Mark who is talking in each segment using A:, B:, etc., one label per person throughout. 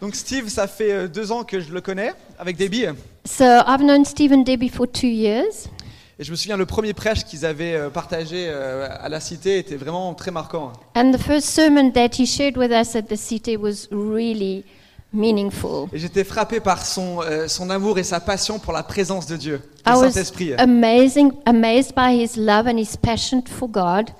A: Donc Steve, ça fait euh, deux ans que je le connais avec Debbie.
B: So I've known Steve and Debbie for two years.
A: Et je me souviens, le premier prêche qu'ils avaient euh, partagé euh, à la cité était vraiment très marquant.
B: And the first sermon that he shared with us at the CT was really meaningful.
A: Et j'étais frappé par son, euh, son amour et sa passion pour la présence de Dieu,
B: I
A: le
B: was
A: Saint-Esprit.
B: amazing, amazed by his love and his passion for God.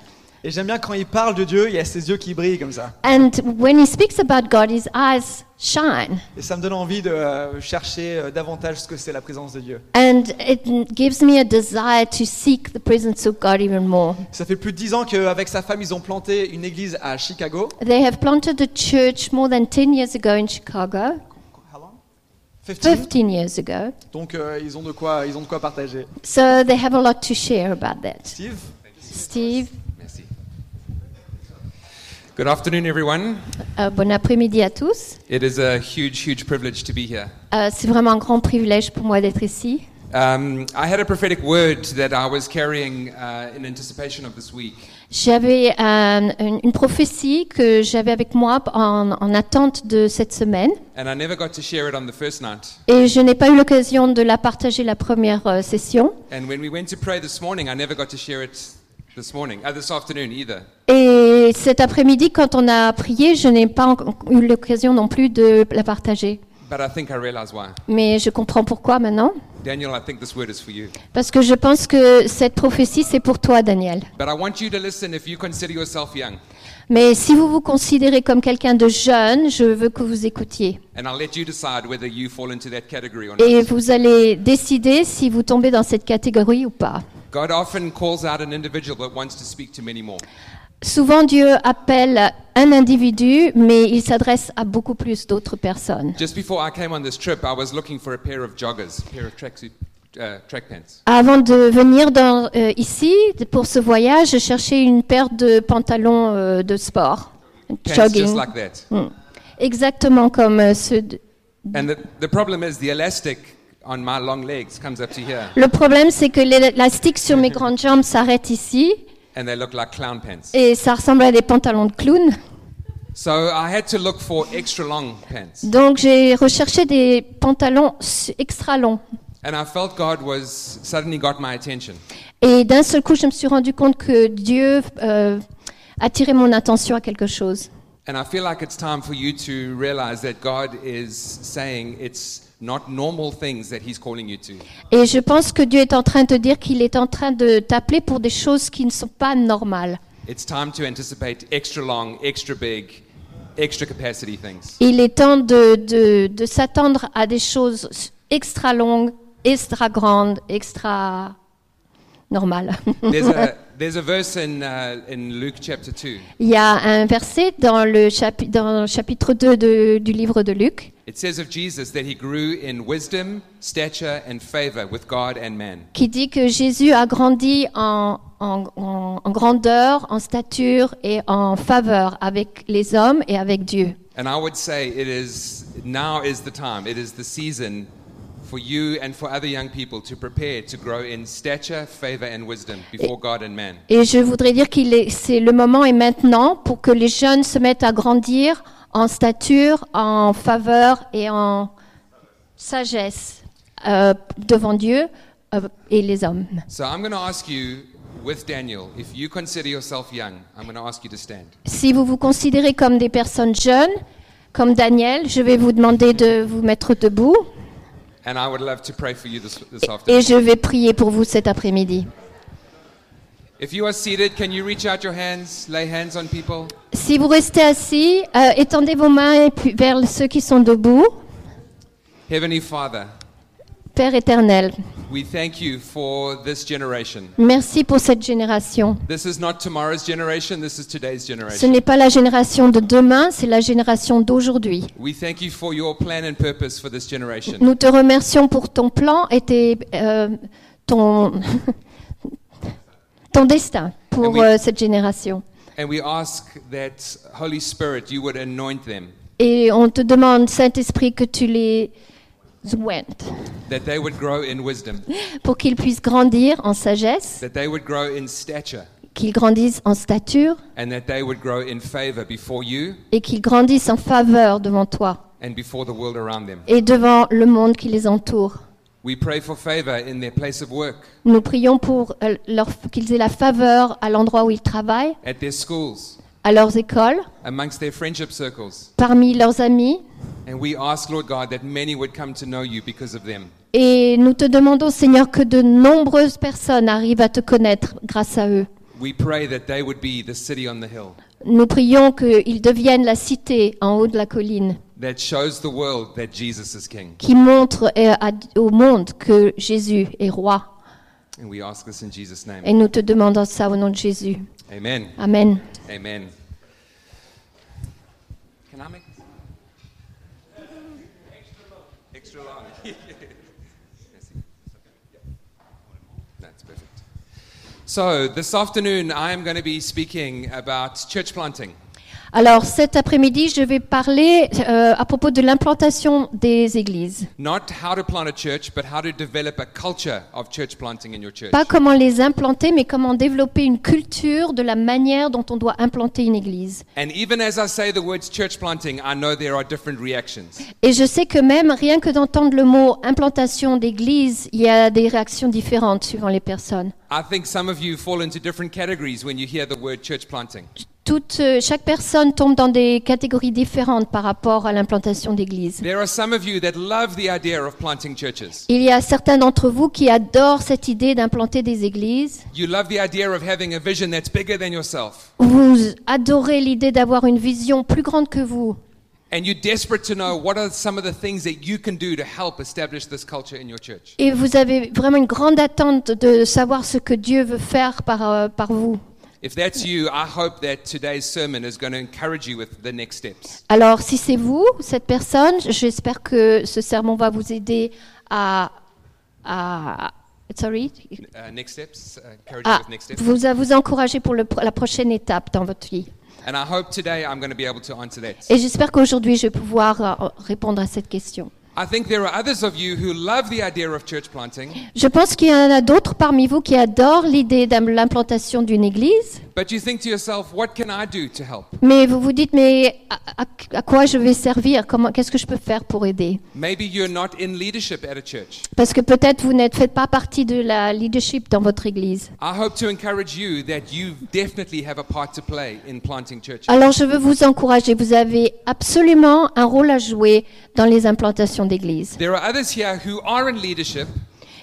A: Et j'aime bien quand il parle de Dieu, il y a ses yeux qui brillent comme ça.
B: And when he speaks about God, his eyes shine.
A: Et ça me donne envie de euh, chercher euh, davantage ce que c'est la présence de Dieu.
B: And it gives me a desire to seek the presence of God even more.
A: Ça fait plus de dix ans qu'avec sa femme, ils ont planté une église à Chicago.
B: They have planted a church more than 10 years ago in Chicago,
A: How long? 15.
B: 15 years ago.
A: Donc euh, ils, ont de quoi, ils ont de quoi partager.
B: So they have a lot to share about that.
A: Steve,
B: Steve,
C: Merci. Good afternoon, everyone.
B: euh, bon après-midi à tous.
C: It is a huge, huge privilege to be here.
B: Euh, c'est vraiment un grand privilège pour moi d'être ici.
C: Um, I had a prophetic word that I was carrying uh, in anticipation of this week.
B: J'avais euh, une, une prophétie que j'avais avec moi en, en attente de cette semaine
C: And I never got to share it on the first night.
B: et je n'ai pas eu l'occasion de la partager la première euh, session.
C: And when we went to pray this morning, I never got to share it this morning, uh, this afternoon either.
B: Et cet après-midi, quand on a prié, je n'ai pas en- eu l'occasion non plus de la partager.
C: But I think I realize why.
B: Mais je comprends pourquoi maintenant.
C: Daniel, I think this word is for you.
B: Parce que je pense que cette prophétie, c'est pour toi, Daniel.
C: But I want you to listen if you consider yourself young.
B: Mais si vous vous considérez comme quelqu'un de jeune, je veux que vous écoutiez.
C: And I'll let you decide whether you fall into that category or not.
B: Et vous allez décider si vous tombez dans cette catégorie ou pas.
C: God often calls out an individual but wants to speak to many more.
B: Souvent, Dieu appelle un individu, mais il s'adresse à beaucoup plus d'autres personnes.
C: Just before I came on this trip, I was looking for a pair of joggers, a pair of tracksuit, uh, track pants.
B: Avant de venir dans, euh, ici pour ce voyage, je cherchais une paire de pantalons euh, de sport,
C: Pants
B: jogging,
C: just like that.
B: Mm. exactement comme euh, ceux. de-
C: And the, the problem is the elastic on my long legs comes up to here,
B: Le problème, c'est que l'élastique sur mes grandes jambes s'arrête ici
C: and they look like clown pants.
B: et ça ressemble à des pantalons de clown.
C: So I had to look for extra long pants.
B: Donc j'ai recherché des pantalons su- extra longs.
C: And I felt God was suddenly got my attention.
B: Et d'un seul coup, je me suis rendu compte que Dieu euh, attirait mon attention à quelque chose.
C: And I feel like it's time for you to realize that God is saying it's not normal things that He's calling you to.
B: Et je pense que Dieu est en train de te dire qu'il est en train de t'appeler pour des choses qui ne sont pas normales.
C: It's time to anticipate extra long, extra big, extra capacity things.
B: Il est temps de, de- de s'attendre à des choses extra longues, extra grandes, extra normales.
C: There's a, there's a verse in, uh, in Luke chapter 2.
B: Il y a un verset dans le, chapi- dans le chapitre 2 de- du livre de Luc
C: It says of Jesus that He grew in wisdom, stature, and favor with God and man.
B: qui dit que Jésus a grandi en, en- en- en grandeur, en stature et en faveur avec les hommes et avec Dieu.
C: And I would say it is now is the time. It is the season for you and for other young people to prepare to grow in stature, favor, and wisdom before God and man.
B: Et je voudrais dire qu'il est, c'est le moment est maintenant pour que les jeunes se mettent à grandir en stature, en faveur et en sagesse euh, devant Dieu euh, et les hommes.
C: So I'm going to ask you, with Daniel, if you consider yourself young, I'm going to ask you to stand.
B: Si vous vous considérez comme des personnes jeunes, comme Daniel, je vais vous demander de vous mettre debout
C: And I would love to pray for you this, this
B: et
C: afternoon.
B: je vais prier pour vous cet après-midi.
C: If you are seated, can you reach out your hands, lay hands on people?
B: Si vous restez assis, euh, étendez vos mains et puis vers ceux qui sont debout.
C: Heavenly Father,
B: Père éternel,
C: we thank you for this generation.
B: merci pour cette génération.
C: This is not tomorrow's generation, this is today's
B: Ce
C: generation.
B: n'est pas la génération de demain, c'est la génération d'aujourd'hui.
C: We thank you for your plan and purpose for this generation.
B: Nous te remercions pour ton plan et tes, euh, ton, ton destin pour
C: Oui.
B: euh, cette génération.
C: And we ask that, Holy Spirit, you would anoint them,
B: Et on te demande, Saint-Esprit, que tu les ointes
C: that they would grow in wisdom,
B: pour qu'ils puissent grandir en sagesse,
C: that they would grow in stature,
B: qu'ils grandissent en stature
C: and that they would grow in favor before you
B: et qu'ils grandissent en faveur devant toi
C: and before the world around them.
B: et devant le monde qui les entoure.
C: We pray for favor in their place of work,
B: Nous prions pour euh, leur- qu'ils aient la faveur à l'endroit où ils travaillent,
C: at their schools,
B: à leurs écoles,
C: amongst their friendship circles.
B: parmi leurs amis.
C: And we ask, Lord God, that many would come to know you because of them.
B: Et nous te demandons, Seigneur, que de nombreuses personnes arrivent à te connaître grâce à eux.
C: We pray that they would be the city on the hill
B: Nous prions qu'ils deviennent la cité en haut de la colline,
C: that shows the world that Jesus is King.
B: qui montre euh, à- au monde que Jésus est roi.
C: And we ask this in Jesus'
B: Et
C: name.
B: nous te demandons ça au nom de Jésus.
C: Amen.
B: Amen.
C: Amen. Can I make this? Extra long. Extra long. That's it. Yeah. That's perfect. So, this afternoon, I am going to be speaking about church planting.
B: Alors cet après-midi, je vais parler euh, à propos de l'implantation des églises.
C: Not how to plant a church, but how to develop a culture of church planting in your church.
B: Pas comment les implanter, mais comment développer une culture de la manière dont on doit implanter une église.
C: And even as I say the words church planting, I know there are different reactions.
B: Et je sais que même rien que d'entendre le mot implantation d'église, il y a des réactions différentes suivant les personnes.
C: I think some of you fall into different categories when you hear the word church planting.
B: Toute, euh, chaque personne tombe dans des catégories différentes par rapport à l'implantation d'église.
C: There are some of you that love the idea of planting churches.
B: Il y a certains d'entre vous qui adorent cette idée d'implanter des églises.
C: You love the idea of having a vision that's bigger than yourself.
B: Vous adorez l'idée d'avoir une vision plus grande que vous.
C: And you're desperate to know what are some of the things that you can do to help establish this culture in your church.
B: Et vous avez vraiment une grande attente de savoir ce que Dieu veut faire par, euh, par vous.
C: If that's you, I hope that today's sermon is going to encourage you with the next steps.
B: Alors, si c'est vous, cette personne, j'espère que ce sermon va vous aider à, à, sorry,
C: Uh, next steps, uh, encourage you
B: à
C: with next steps.
B: vous, à vous encourager pour le pro- la prochaine étape dans votre vie.
C: And I hope today I'm going to be able to answer that.
B: Et j'espère qu'aujourd'hui, je vais pouvoir euh, répondre à cette question.
C: I think there are others of you who love the idea of church planting,
B: Je pense qu'il y en a d'autres parmi vous qui adorent l'idée de l'implantation d'une église,
C: but you think to yourself, what can I do to help?
B: mais vous vous dites, mais à, à- à quoi je vais servir Comment- Qu'est-ce que je peux faire pour aider
C: Maybe you're not in leadership at a church.
B: Parce que peut-être vous ne faites pas partie de la leadership dans votre église.
C: I hope to encourage you that you definitely have a part to play in planting churches.
B: Alors je veux vous encourager, vous avez absolument un rôle à jouer dans les implantations d'églises.
C: There are others here who are in leadership,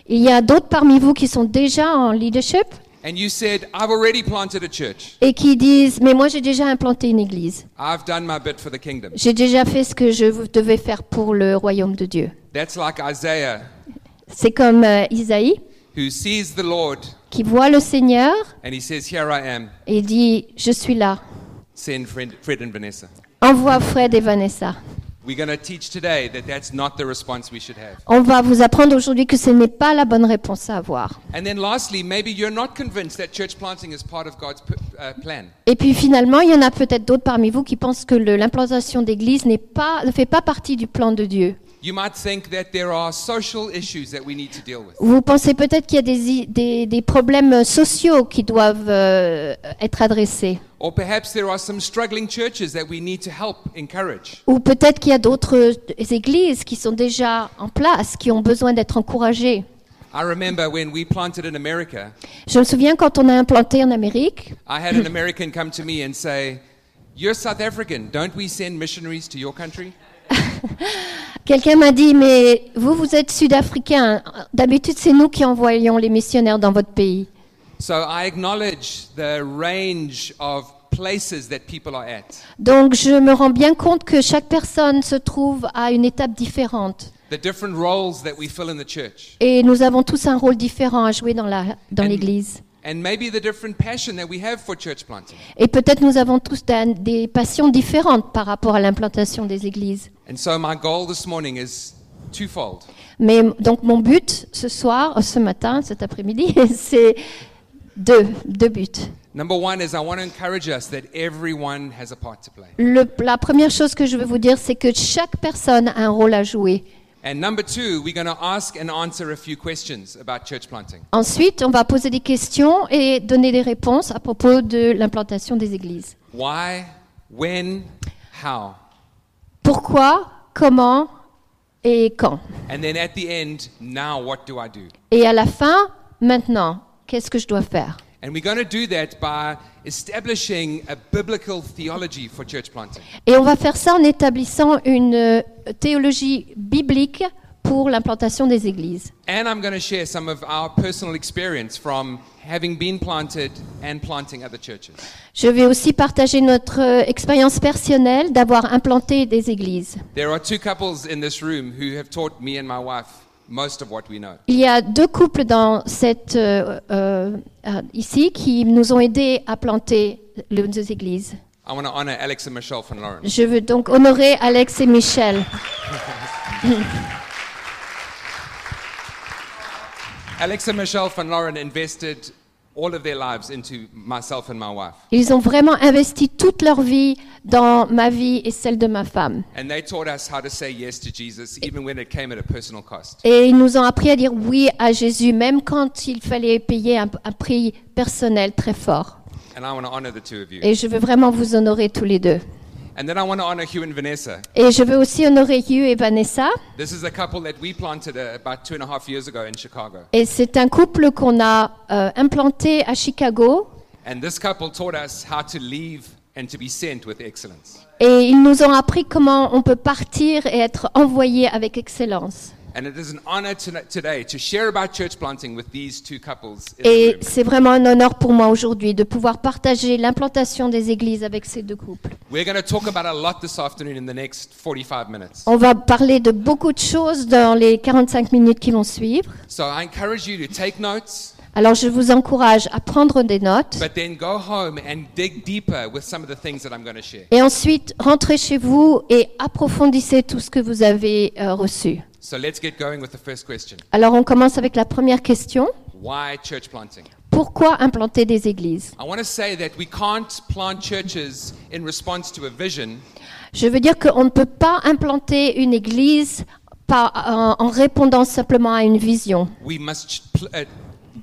B: Il y a d'autres parmi vous qui sont déjà en leadership
C: and you said, I've already planted a church.
B: et qui disent mais moi j'ai déjà implanté une église.
C: I've done my bit for the kingdom.
B: J'ai déjà fait ce que je devais faire pour le royaume de Dieu.
C: That's like Isaiah,
B: C'est comme euh, Isaïe
C: who sees the Lord
B: qui voit le Seigneur
C: and he says, Here I am,
B: et dit je suis là.
C: send Fred, Fred and Vanessa.
B: Envoie Fred et Vanessa.
C: We're going to teach today that that's not the response we should have.
B: On va vous apprendre aujourd'hui que ce n'est pas la bonne réponse à avoir.
C: And then lastly, maybe you're not convinced that church planting is part of God's p- uh, plan.
B: Et puis finalement, il y en a peut-être d'autres parmi vous qui pensent que le- l'implantation d'église n'est pas, ne fait pas partie du plan de Dieu.
C: You might think that there are social issues that we need to deal with.
B: Vous pensez peut-être qu'il y a des, i- des, des problèmes sociaux qui doivent euh, être adressés.
C: Or perhaps there are some struggling churches that we need to help encourage.
B: Ou peut-être qu'il y a d'autres euh, églises qui sont déjà en place, qui ont besoin d'être encouragées.
C: I remember when we planted in America,
B: Je me souviens quand on a implanté en Amérique,
C: I had an American come to me and say, You're South African, don't we send missionaries to your country?
B: quelqu'un m'a dit, mais vous, vous êtes sud-africain, d'habitude c'est nous qui envoyons les missionnaires dans votre pays.
C: So I acknowledge the range of places that people are at,
B: Donc je me rends bien compte que chaque personne se trouve à une étape différente.
C: the different roles that we fill in the church,
B: Et nous avons tous un rôle différent à jouer dans la- dans l'Église.
C: and maybe the different passion that we have for church planting.
B: Et peut-être nous avons tous da- des passions différentes par rapport à l'implantation des églises.
C: And so my goal this morning is twofold.
B: Mais donc mon but ce soir, euh, ce matin, cet après-midi, c'est deux, deux buts.
C: Number one is I want to encourage us that everyone has a part to play.
B: Le- la première chose que je veux vous dire, c'est que chaque personne a un rôle à jouer.
C: And number two, we're going to ask and answer a few questions about church planting.
B: Ensuite, on va poser des questions et donner des réponses à propos de l'implantation des églises.
C: Why, when, how?
B: Pourquoi comment et quand.
C: And then at the end, now what do I do?
B: Et à la fin, maintenant, qu'est-ce que je dois faire
C: And we're going to do that by establishing a biblical theology for church planting.
B: Et on va faire ça en établissant une euh, théologie biblique pour l'implantation des églises.
C: And I'm going to share some of our personal experience from having been planted and planting other churches.
B: Je vais aussi partager notre euh, expérience personnelle d'avoir implanté des églises.
C: There are two couples in this room who have taught me and my wife most of what we know.
B: Il y a deux couples dans cette, euh, euh, euh, ici qui nous ont aidés à planter les deux églises.
C: I want to honor Alex and Michelle van Lauren.
B: Je veux donc honorer Alex et Michel.
C: Alex and Michelle van Lauren invested all of their lives into myself and my wife.
B: Ils ont vraiment investi toute leur vie dans ma vie et celle de ma femme.
C: And they taught us how to say yes to Jesus, even when it came at a personal cost.
B: Et ils nous ont appris à dire oui à Jésus, même quand il fallait payer un, un prix personnel très fort.
C: And I want to honor the two of you.
B: Et je veux vraiment vous honorer tous les deux.
C: And then I want to honor Hugh and Vanessa.
B: Et je veux aussi honorer Hugh et Vanessa.
C: This is a couple that we planted uh, about two and a half years ago in Chicago.
B: Et c'est un couple qu'on a euh, implanté à Chicago.
C: And this couple taught us how to leave and to be sent with excellence.
B: Et ils nous ont appris comment on peut partir et être envoyé avec excellence.
C: And it is an honor to, today to share about church planting with these two couples. In the
B: Et
C: room.
B: c'est vraiment un honneur pour moi aujourd'hui de pouvoir partager l'implantation des églises avec ces deux couples.
C: We're going to talk about a lot this afternoon in the next 45 minutes.
B: On va parler de beaucoup de choses dans les 45 minutes qui vont suivre.
C: So I encourage you to take notes,
B: Alors je vous encourage à prendre des notes
C: but then go home and dig deeper with some of the things that I'm going to share.
B: et ensuite rentrez chez vous et approfondissez tout ce que vous avez euh, reçu.
C: So let's get going with the first question
B: Alors on commence avec la première question.
C: Why church planting?
B: Pourquoi implanter des églises
C: I want to say that we can't plant churches in response to a vision,
B: Je veux dire qu'on ne peut pas implanter une église par- en, en répondant simplement à une vision.
C: we must, pl- uh,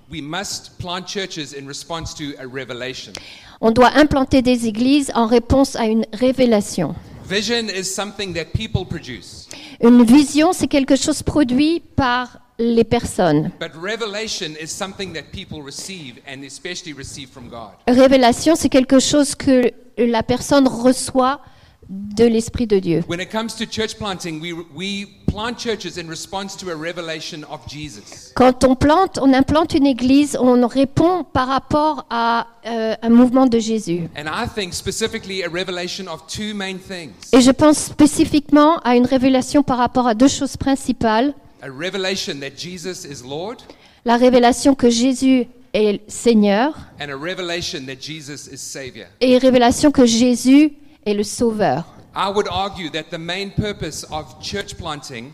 C: we must plant churches in response to a revelation.
B: On doit implanter des églises en réponse à une révélation.
C: Vision is something that people produce,
B: Une vision, c'est quelque chose produit par les personnes.
C: but revelation is something that people receive and especially receive from God.
B: Révélation, c'est quelque chose que la personne reçoit de l'Esprit de Dieu.
C: When it comes to church planting, we, we plant churches in response to a revelation of Jesus.
B: Quand on plante, on implante une église, on répond par rapport à euh, un mouvement de Jésus.
C: And I think specifically a revelation of two main things
B: Et je pense spécifiquement à une révélation par rapport à deux choses principales.
C: a revelation that Jesus is Lord,
B: La révélation que Jésus est Seigneur
C: and a revelation that Jesus is Savior.
B: et révélation que Jésus est le Sauveur.
C: I would argue that the main purpose of church planting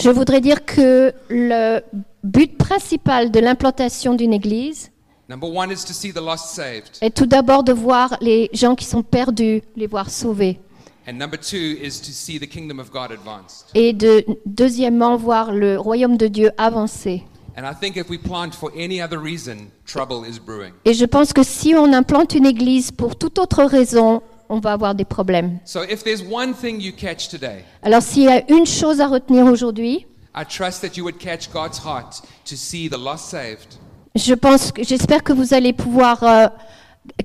B: Je voudrais dire que le but principal de l'implantation d'une église
C: Number one is to see the lost saved.
B: est tout d'abord de voir les gens qui sont perdus, les voir sauvés.
C: And number two is to see the kingdom of God advanced.
B: Et de, deuxièmement, voir le royaume de Dieu avancer.
C: And I think if we plant for any other reason, trouble is brewing.
B: Et je pense que si on implante une église pour toute autre raison, on va avoir des problèmes.
C: So if there's one thing you catch today,
B: Alors s'il y a une chose à retenir aujourd'hui,
C: I trust that you would catch God's heart to see the lost saved,
B: je pense, que- j'espère que vous allez pouvoir euh,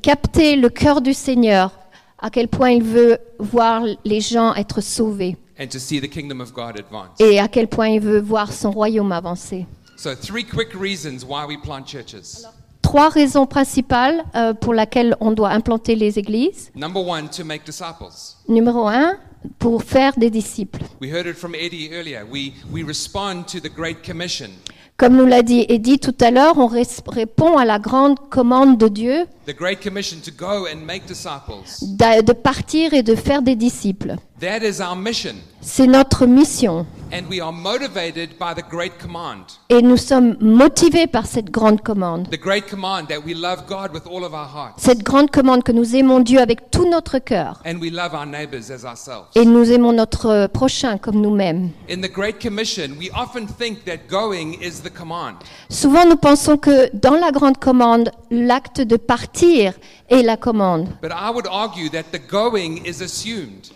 B: capter le cœur du Seigneur, à quel point il veut voir les gens être sauvés
C: and to see the kingdom of God advanced.
B: et à quel point il veut voir son royaume avancer.
C: So three quick reasons why we plant churches.
B: Trois raisons principales euh, pour lesquelles on doit implanter les églises.
C: Number one, to make disciples.
B: Numéro un, pour faire des disciples.
C: We heard it from Eddie earlier. We, we respond to the Great Commission.
B: Comme nous l'a dit Eddie tout à l'heure, on res- répond à la grande commande de Dieu
C: The Great Commission to go and make disciples.
B: d'a- de partir et de faire des disciples.
C: That is our mission.
B: C'est notre mission
C: And we are motivated by the great command.
B: et nous sommes motivés par cette grande commande.
C: The great command that we love God with all of our hearts.
B: Cette grande commande que nous aimons Dieu avec tout notre cœur
C: And we love our neighbors as ourselves.
B: et nous aimons notre prochain comme nous-mêmes.
C: In the Great Commission, we often think that going is the command.
B: Souvent nous pensons que dans la grande commande, l'acte de partir est la commande.
C: But I would argue that the going is assumed.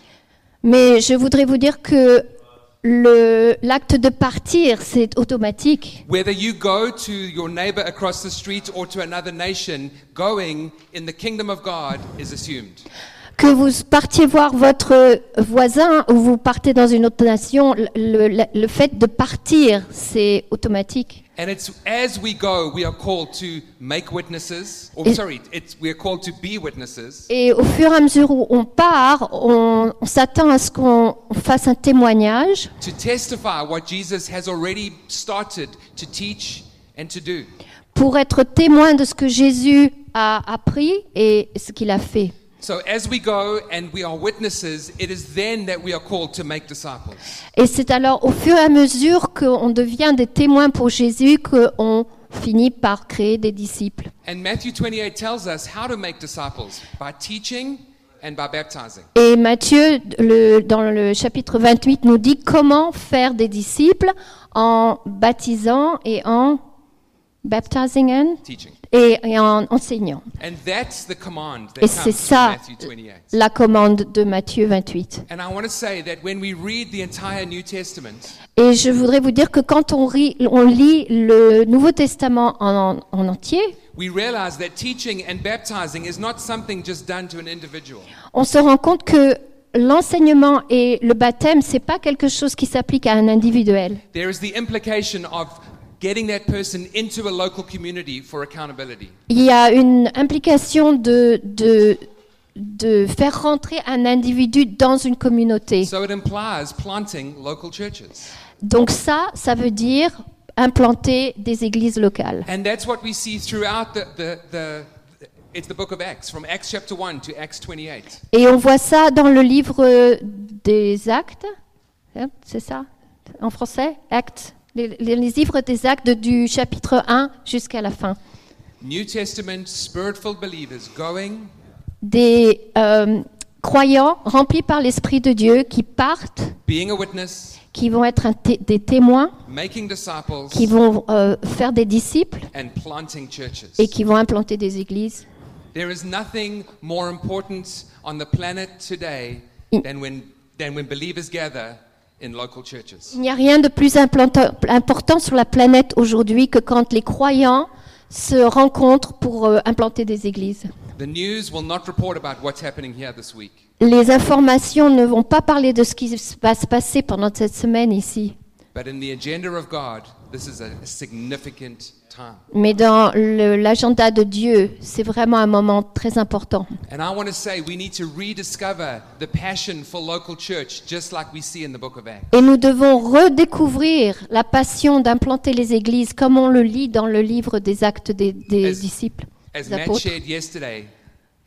B: Mais je voudrais vous dire que le- l'acte de partir, c'est automatique.
C: Whether you go to your neighbor across the street or to another nation, going in the kingdom of God is assumed.
B: Que vous partiez voir votre voisin ou vous partez dans une autre nation, le, le- le fait de partir, c'est automatique.
C: And it's as we go, we are called to make witnesses. Or,
B: It-
C: sorry, it's, we are called to be witnesses.
B: Et au fur et à mesure où on part, on, on s'attend à ce qu'on on fasse un témoignage
C: to testify what Jesus has already started to teach and to do.
B: pour être témoin de ce que Jésus a appris et ce qu'il a fait.
C: So as we go and we are witnesses, it is then that we are called to make disciples.
B: Et c'est alors au fur et à mesure qu'on devient des témoins pour Jésus qu'on finit par créer des disciples.
C: And Matthew 28 tells us how to make disciples by teaching and by baptizing.
B: Et Matthieu, le- dans le chapitre 28, nous dit comment faire des disciples en baptisant et en baptizing and-
C: Teaching.
B: et, et en enseignant.
C: And that's the command that
B: Et
C: comes
B: c'est
C: in
B: ça
C: Matthew 28.
B: la commande de Matthieu 28.
C: And I want to say that when we read the entire New Testament,
B: Et je voudrais vous dire que quand on, rit- on lit le Nouveau Testament en, en entier,
C: we realize that teaching and baptizing is not something just done to an individual.
B: on se rend compte que l'enseignement et le baptême, c'est pas quelque chose qui s'applique à un individuel.
C: There is the implication of getting that person into a local community for accountability.
B: Il y a une implication de, de, de faire rentrer un individu dans une communauté.
C: So it implies planting local churches.
B: Donc ça, ça veut dire implanter des églises locales.
C: And that's what we see throughout the, the, the it's the book of Acts, from Acts chapter 1 to Acts 28.
B: Et on voit ça dans le livre euh, des actes, hein, c'est ça En français Actes. Les, les- les livres des actes du chapitre 1 jusqu'à la fin.
C: New Testament spirit-filled believers going
B: Des euh, croyants remplis par l'Esprit de Dieu qui partent,
C: being a witness,
B: qui vont être un té- des témoins,
C: making disciples
B: qui vont euh, faire des disciples
C: and planting churches.
B: et qui vont implanter des églises.
C: There is nothing more important on the planet today
B: Mm.
C: than when than when believers gather in local churches.
B: Il n'y a rien de plus implanta- important sur la planète aujourd'hui que quand les croyants se rencontrent pour euh, implanter des églises.
C: The news will not report about what's happening here this week.
B: Les informations ne vont pas parler de ce qui va se passer pendant cette semaine ici,
C: But in the agenda of God, this is a significant time.
B: mais dans le- l'agenda de Dieu, c'est vraiment un moment très important.
C: And I want to say we need to rediscover the passion for local church, just like we see in the book of Acts.
B: Et nous devons redécouvrir la passion d'implanter les églises, comme on le lit dans le livre des actes des, des
C: As-
B: disciples,
C: As
B: des
C: Matt
B: apôtres.
C: shared yesterday,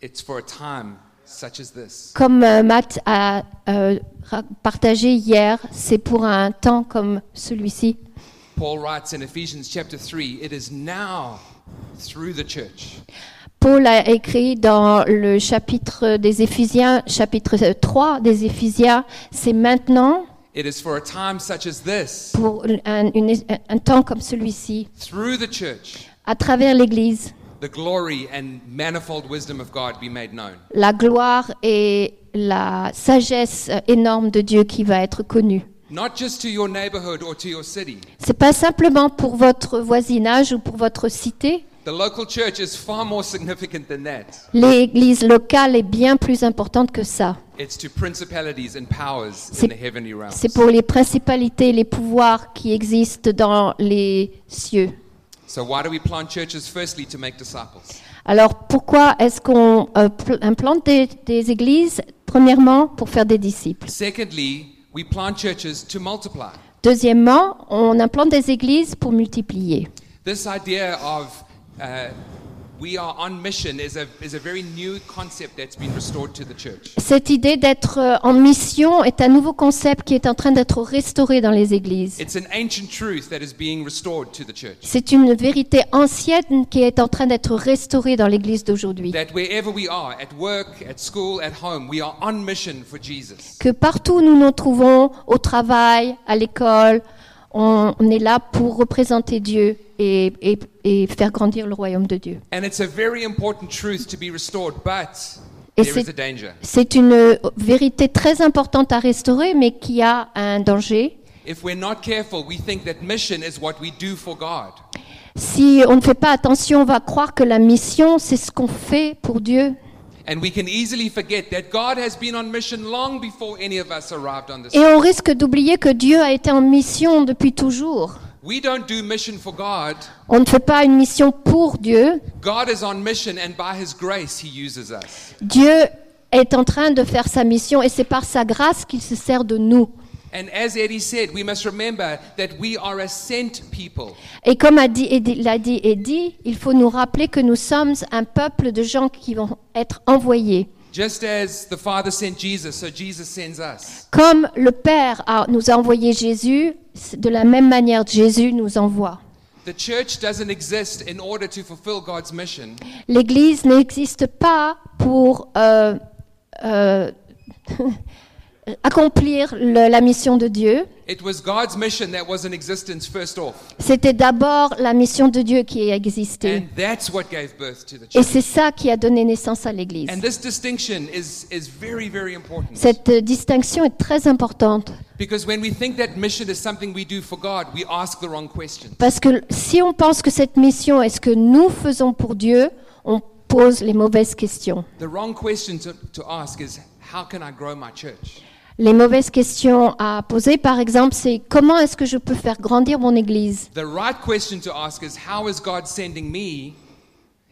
C: it's for a time such as this.
B: Comme euh, Matt a euh, ra- partagé hier, c'est pour un temps comme celui-ci.
C: Paul writes in Ephesians chapter 3 it is now through the church
B: Paul a écrit dans le chapitre des Éphésiens, chapitre 3 des Éphésiens, c'est maintenant
C: It is for a time such as this,
B: pour un, une- un temps comme celui-ci,
C: through the church,
B: à travers l'Église,
C: the glory and manifold wisdom of God be made known.
B: la gloire et la sagesse énorme de Dieu qui va être connue.
C: Not just to your neighborhood or to your city.
B: C'est pas simplement pour votre voisinage ou pour votre cité.
C: The local church is far more significant than that.
B: L'Église locale est bien plus importante que ça.
C: It's to principalities and powers
B: C'est-
C: in the heavenly realms.
B: C'est pour les principalités, les pouvoirs qui existent dans les cieux.
C: So why do we plant churches? Firstly, to make disciples.
B: Alors pourquoi est-ce qu'on euh, pl- implante des, des églises Premièrement, pour faire des disciples.
C: Secondly, we plant churches to multiply.
B: Deuxièmement, on implante des églises pour multiplier.
C: This idea of uh, we are on mission is a, is a very new concept that's been restored to the church.
B: Cette idée d'être euh, en mission est un nouveau concept qui est en train d'être restauré dans les églises.
C: It's an ancient truth that is being restored to the church.
B: C'est une vérité ancienne qui est en train d'être restaurée dans l'église d'aujourd'hui.
C: That wherever we are, at work, at school, at home, we are on mission for Jesus.
B: Que partout où nous nous trouvons, au travail, à l'école, on, on est là pour représenter Dieu et- et- et faire grandir le royaume de Dieu.
C: And it's a very important truth to be restored, but
B: Et
C: There
B: c'est
C: is a danger.
B: c'est une vérité très importante à restaurer, mais qui a un danger.
C: If we're not careful, we think that mission is what we do for God.
B: Si on ne fait pas attention, on va croire que la mission, c'est ce qu'on fait pour Dieu.
C: And we can easily forget that God has been on mission long before any of us arrived on this.
B: Et on risque d'oublier que Dieu a été en mission depuis toujours.
C: We don't do mission for God.
B: On ne fait pas une mission pour Dieu.
C: God is on mission, and by His grace, He uses us.
B: Dieu est en train de faire sa mission et c'est par sa grâce qu'il se sert de nous.
C: And as Eddie said, we must remember that we are a sent people.
B: Et comme a dit Eddie- l'a dit Eddie, il faut nous rappeler que nous sommes un peuple de gens qui vont être envoyés.
C: Just as the Father sent Jesus, so Jesus sends us.
B: Comme le Père a- nous a envoyé Jésus, c'est de la même manière Jésus nous envoie.
C: The church doesn't exist in order to fulfill God's mission.
B: L'Église n'existe pas pour euh, euh, accomplir le- la mission de Dieu.
C: It was God's mission that was in existence first off.
B: C'était d'abord la mission de Dieu qui a existé.
C: And that's what gave birth to the
B: Et
C: church.
B: c'est ça qui a donné naissance à l'Église.
C: And this distinction is, is very, very important.
B: Cette euh, distinction est très importante
C: Because when we think that mission is something we do for God, we ask the wrong question.
B: parce que si on pense que cette mission est ce que nous faisons pour Dieu, on pose les mauvaises questions.
C: The wrong question to, to ask is, how can I grow my church?
B: Les mauvaises questions à poser, par exemple, c'est comment est-ce que je peux faire grandir mon Église
C: The right question to ask is, how is God sending me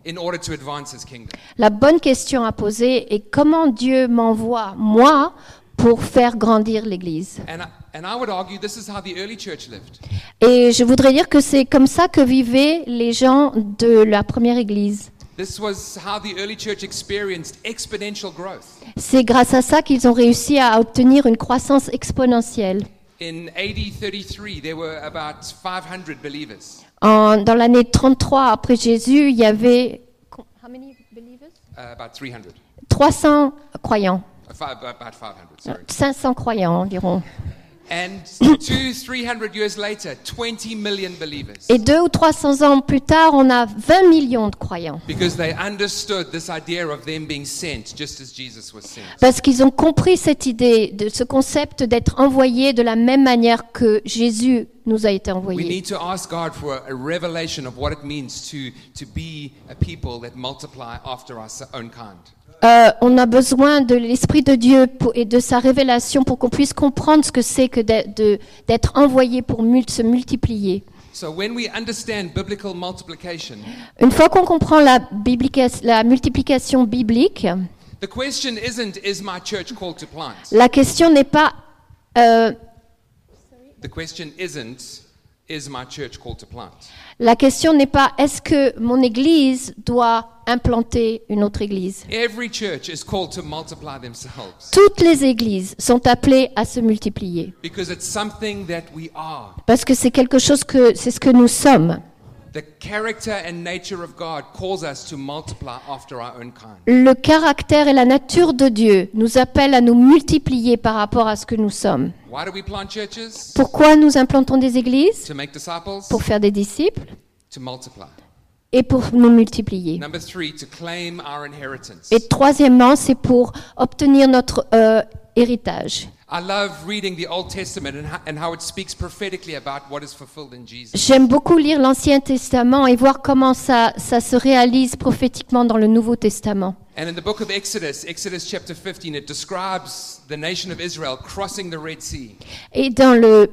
C: in order to advance his kingdom?
B: La bonne question à poser est comment Dieu m'envoie, moi, pour faire grandir l'Église.
C: And I, and I would argue this is how the early church lived.
B: Et je voudrais dire que c'est comme ça que vivaient les gens de la première Église.
C: This was how the early church experienced exponential growth.
B: C'est grâce à ça qu'ils ont réussi à obtenir une croissance exponentielle.
C: In AD 33, there were about 500 believers.
B: En- dans l'année 33 après Jésus, il y avait how many believers?
C: Uh, about 300.
B: 300 croyants,
C: Uh, five, about 500, sorry.
B: 500 croyants environ.
C: And two, 300 years later, 20 million believers.
B: Et deux ou 300 ans plus tard, on a 20 millions de croyants.
C: Because they understood this idea of them being sent just as Jesus was sent.
B: Parce qu'ils ont compris cette idée, de ce concept d'être envoyés de la même manière que Jésus nous a été
C: We
B: envoyé.
C: need to ask God for a revelation of what it means to, to be a people that multiply after our own kind.
B: Euh, on a besoin de l'Esprit de Dieu pour- et de sa révélation pour qu'on puisse comprendre ce que c'est que d'être- de- d'être envoyé pour mul- se multiplier.
C: So when we understand biblical multiplication,
B: Une fois qu'on comprend la, biblica- la multiplication biblique,
C: the question isn't, is my church called to plant?
B: la question n'est pas euh,
C: The question isn't, is my church called to plant?
B: la question n'est pas est-ce que mon église doit implanter une autre église.
C: Every church is called to multiply themselves
B: Toutes les églises sont appelées à se multiplier
C: because it's something that we are.
B: parce que c'est quelque chose que c'est ce que nous sommes.
C: The character and nature of God calls us to multiply after our own kind.
B: Le caractère et la nature de Dieu nous appellent à nous multiplier par rapport à ce que nous sommes.
C: Why do we plant churches?
B: Pourquoi nous implantons des églises
C: To make disciples,
B: Pour faire des disciples
C: to multiply.
B: et pour nous multiplier.
C: Number three, to claim our inheritance.
B: Et troisièmement, c'est pour obtenir notre euh, héritage.
C: I love reading the Old Testament and how, and how it speaks prophetically about what is fulfilled in Jesus.
B: J'aime beaucoup lire l'Ancien Testament et voir comment ça, ça se réalise prophétiquement dans le Nouveau Testament.
C: And in the book of Exodus, Exodus chapter 15, it describes the nation of Israel crossing the Red Sea.
B: Et dans le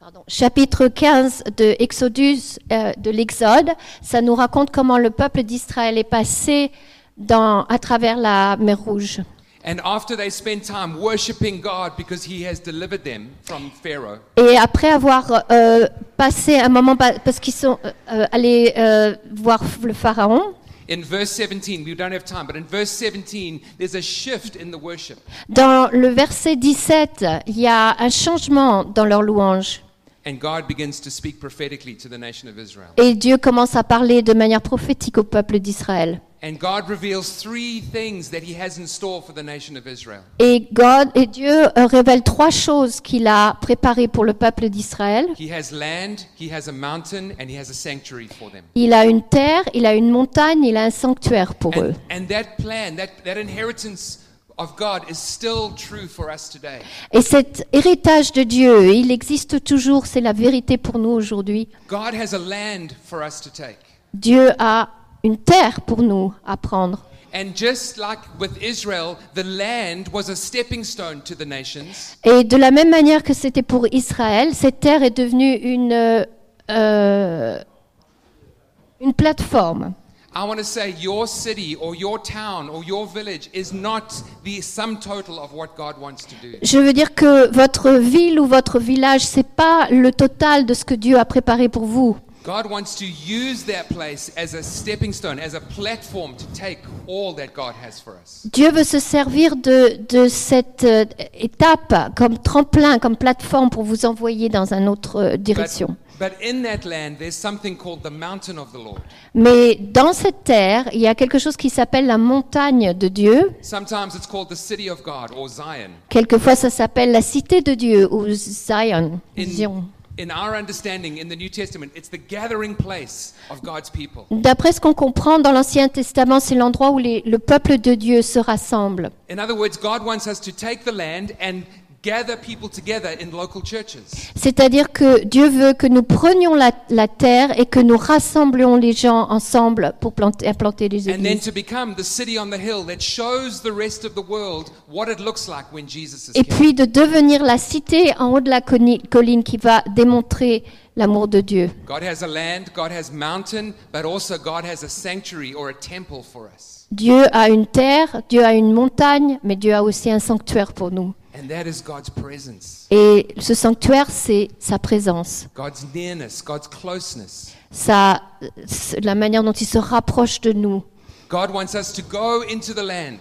B: pardon, chapitre 15 de Exodus, euh, de l'Exode, ça nous raconte comment le peuple d'Israël est passé dans, à travers la mer Rouge.
C: And after they spend time worshiping God because he has delivered them from Pharaoh,
B: Et après avoir euh, passé un moment, pa- parce qu'ils sont euh, euh, allés euh, voir le Pharaon,
C: In verse 17, we don't have time, but in verse 17, there's a shift in the worship.
B: Dans le verset 17, il y a un changement dans leur louange.
C: and God begins to speak prophetically to the nation of Israel.
B: Et Dieu commence à parler de manière prophétique au peuple d'Israël.
C: And God reveals three things that He has in store for the nation of Israel.
B: Et, God, et Dieu euh, révèle trois choses qu'il a préparées pour le peuple d'Israël.
C: He has land, He has a mountain, and He has a sanctuary for them.
B: Il a une terre, il a une montagne, il a un sanctuaire pour eux.
C: And, and that plan, that, that inheritance of God is still true for us today.
B: Et cet héritage de Dieu, il existe toujours, c'est la vérité pour nous aujourd'hui.
C: God has a land for us to take.
B: Dieu a une terre pour nous à prendre.
C: And just like with Israel, the land was a stepping stone to the nations.
B: Et de la même manière que c'était pour Israël, cette terre est devenue une, euh, euh, une plateforme.
C: I want to say your city or your town or your village is not the sum total of what God wants to do.
B: Je veux dire que votre ville ou votre village, c'est pas le total de ce que Dieu a préparé pour vous.
C: God wants to use that place as a stepping stone, as a platform to take all that God has for us.
B: Dieu veut se servir de, de cette euh, étape comme tremplin, comme plateforme pour vous envoyer dans une autre euh,
C: But,
B: direction.
C: but in that land, there's something called the mountain of the Lord.
B: Mais dans cette terre, il y a quelque chose qui s'appelle la montagne de Dieu.
C: Sometimes it's called the city of God or Zion.
B: Quelquefois, ça s'appelle la cité de Dieu ou Zion. Zion.
C: In, in our understanding, in the New Testament, it's the gathering place of God's people.
B: D'après ce qu'on comprend dans l'Ancien Testament, c'est l'endroit où les- le peuple de Dieu se rassemble.
C: In other words, God wants us to take the land and gather people together in local churches.
B: C'est-à-dire que Dieu veut que nous prenions la, la terre et que nous rassemblions les gens ensemble pour planter, implanter les
C: And then
B: églises.
C: to become the city on the hill that shows the rest of the world what it looks like when Jesus is
B: Et
C: king.
B: puis de devenir la cité en haut de la coni- colline qui va démontrer l'amour de Dieu.
C: God has a land, God has mountain, but also God has a sanctuary or a temple for us.
B: Dieu a une terre, Dieu a une montagne, mais Dieu a aussi un sanctuaire pour nous.
C: And that is God's presence,
B: Et ce sanctuaire, c'est sa présence,
C: God's nearness, God's closeness.
B: sa, c'est la manière dont il se rapproche de nous.
C: God wants us to go into the land,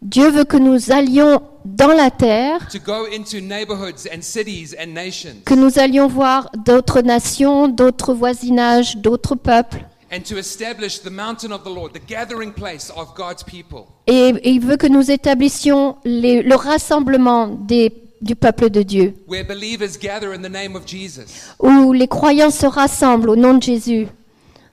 B: Dieu veut que nous allions dans la terre,
C: to go into neighborhoods and cities and nations,
B: que nous allions voir d'autres nations, d'autres voisinages, d'autres peuples.
C: and to establish the mountain of the Lord, the gathering place of God's people.
B: Et, et il veut que nous établissions les- le rassemblement des- du peuple de Dieu,
C: where believers gather in the name of Jesus.
B: où les croyants se rassemblent au nom de Jésus.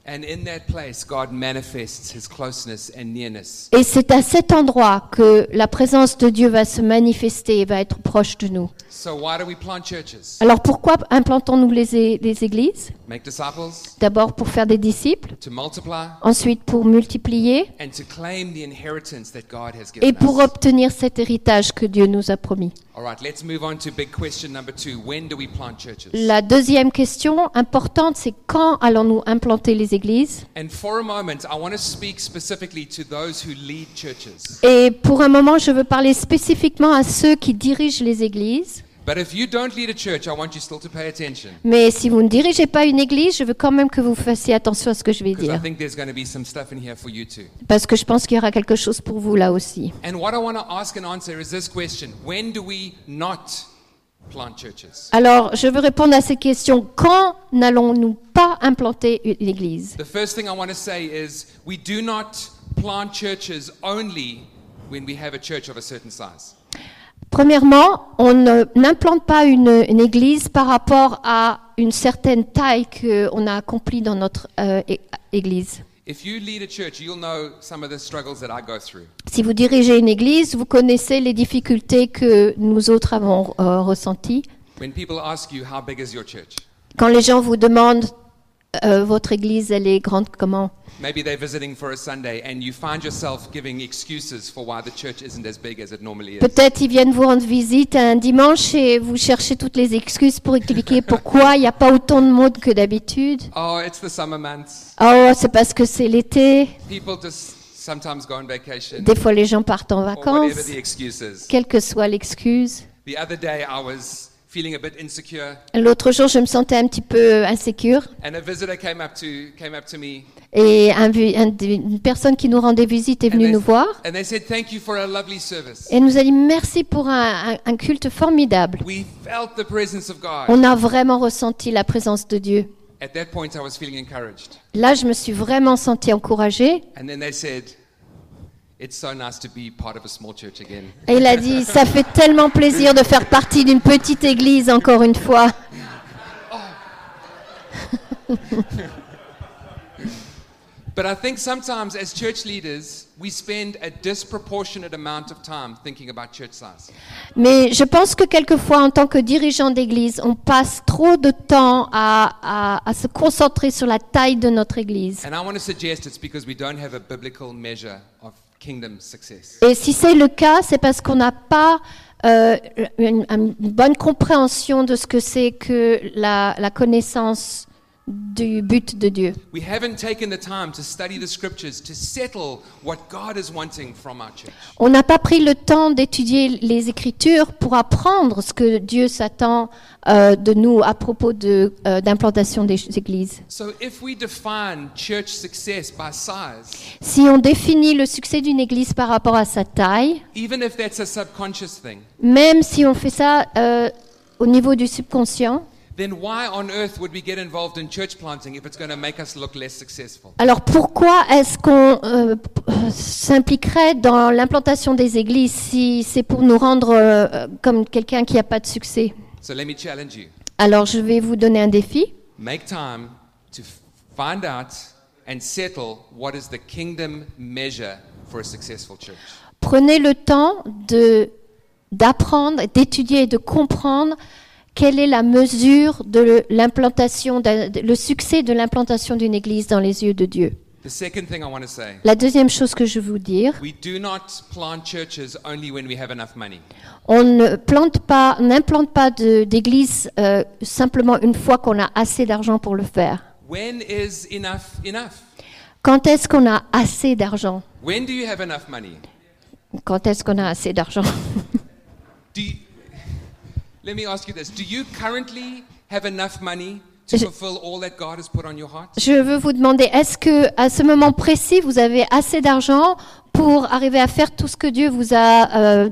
C: And in that place, God manifests his closeness and nearness.
B: Et c'est à cet endroit que la présence de Dieu va se manifester et va être proche de nous.
C: So, why do we plant churches?
B: Alors pourquoi implantons-nous les, é- les églises
C: Make disciples,
B: D'abord pour faire des disciples,
C: to multiply,
B: ensuite pour multiplier
C: and to claim the inheritance that God has
B: et
C: given
B: pour
C: us.
B: obtenir cet héritage que Dieu nous a promis.
C: All right, let's move on to big question number two. When do we plant churches?
B: La deuxième question importante, c'est quand allons-nous implanter les églises
C: And for a moment, I want to speak specifically to those who lead churches.
B: Et pour un moment, je veux parler spécifiquement à ceux qui dirigent les églises.
C: But if you don't lead a church, I want you still to pay attention.
B: Mais si vous ne dirigez pas une église, je veux quand même que vous fassiez attention à ce que je vais
C: Because I
B: dire.
C: think there's going to be some stuff in here for you too.
B: Parce que je pense qu'il y aura quelque chose pour vous là aussi.
C: And what I want to ask and answer is this question When do we not plant churches?
B: Alors, je veux répondre à ces questions. Quand n'allons-nous pas implanter une église
C: The first thing I want to say is we do not plant churches only when we have a church of a certain size.
B: Premièrement, on ne- n'implante pas une, une église par rapport à une certaine taille qu'on a accomplie dans notre euh, é- église.
C: If you lead a church, you'll know some of the struggles that I go through.
B: Si vous dirigez une église, vous connaissez les difficultés que nous autres avons euh, ressenties.
C: When people ask you, How big is your church?
B: Quand les gens vous demandent euh, votre église, elle est grande comment
C: Maybe they're visiting for a Sunday and you find yourself giving excuses for why the church isn't as big as it normally is.
B: Peut-être ils viennent vous rendre visite un dimanche et vous cherchez toutes les excuses pour expliquer pourquoi il n'y a pas autant de monde que d'habitude.
C: Oh, it's the summer months.
B: Oh, c'est parce que c'est l'été.
C: People just sometimes go on vacation.
B: Des fois, les gens partent en
C: Or whatever
B: vacances,
C: the excuse is.
B: quelle que soit l'excuse.
C: The other day I was feeling a bit insecure,
B: L'autre jour, je me sentais un petit peu insécure
C: and a visitor came up to came up to me
B: et un vu- un des- une personne qui nous rendait visite est
C: and
B: venue nous voir
C: and they said, "Thank you for a lovely service."
B: et nous a dit merci pour un, un- un culte formidable.
C: We felt the presence of God.
B: On a vraiment ressenti la présence de Dieu.
C: At that point, I was feeling encouraged,
B: Là, je me suis vraiment sentie encouragée.
C: and then they said, "It's so nice to be part of a small church again."
B: Et il a dit, ça fait tellement plaisir de faire partie d'une petite église encore une fois.
C: But I think sometimes as church leaders, we spend a disproportionate amount of time thinking about church size.
B: Mais je pense que quelquefois, en tant que dirigeant d'église, on passe trop de temps à, à- à se concentrer sur la taille de notre église.
C: And I want to suggest it's because we don't have a biblical measure of kingdom success.
B: Et si c'est le cas, c'est parce qu'on n'a pas euh, une, une bonne compréhension de ce que c'est que la, la connaissance du but de Dieu.
C: We haven't taken the time to study the scriptures to settle what God is wanting from our church.
B: On n'a pas pris le temps d'étudier les Écritures pour apprendre ce que Dieu s'attend euh, de nous à propos de, euh, d'implantation des églises.
C: So if we define church success by size,
B: Si on définit le succès d'une église par rapport à sa taille,
C: even if that's a subconscious thing,
B: même si on fait ça euh, au niveau du subconscient,
C: then why on earth would we get involved in church planting if it's going to make us look less successful?
B: alors pourquoi est-ce qu'on euh, p- s'impliquerait dans l'implantation des églises si c'est pour nous rendre euh, comme quelqu'un qui n'a pas de succès
C: So let me challenge you.
B: Alors je vais vous donner un défi.
C: Make time to f- find out and settle what is the kingdom measure for a successful church.
B: Prenez le temps de d'apprendre, d'étudier et de comprendre quelle est la mesure de le- l'implantation, d'un- de- le succès de l'implantation d'une église dans les yeux de Dieu.
C: The second thing I want to say
B: La deuxième chose que je veux vous dire,
C: we do not plant churches only when we have enough money.
B: on ne plante pas, on n'implante pas de- d'église euh, simplement une fois qu'on a assez d'argent pour le faire.
C: When is enough enough?
B: Quand est-ce qu'on a assez d'argent
C: When do you have enough money?
B: Quand est-ce qu'on a assez d'argent
C: Do you, let me ask you this Do you currently have enough money to
B: Je-
C: fulfill all that God has put on your heart?
B: Je veux vous demander, est-ce que à ce moment précis, vous avez assez d'argent pour arriver à faire tout ce que Dieu vous a euh,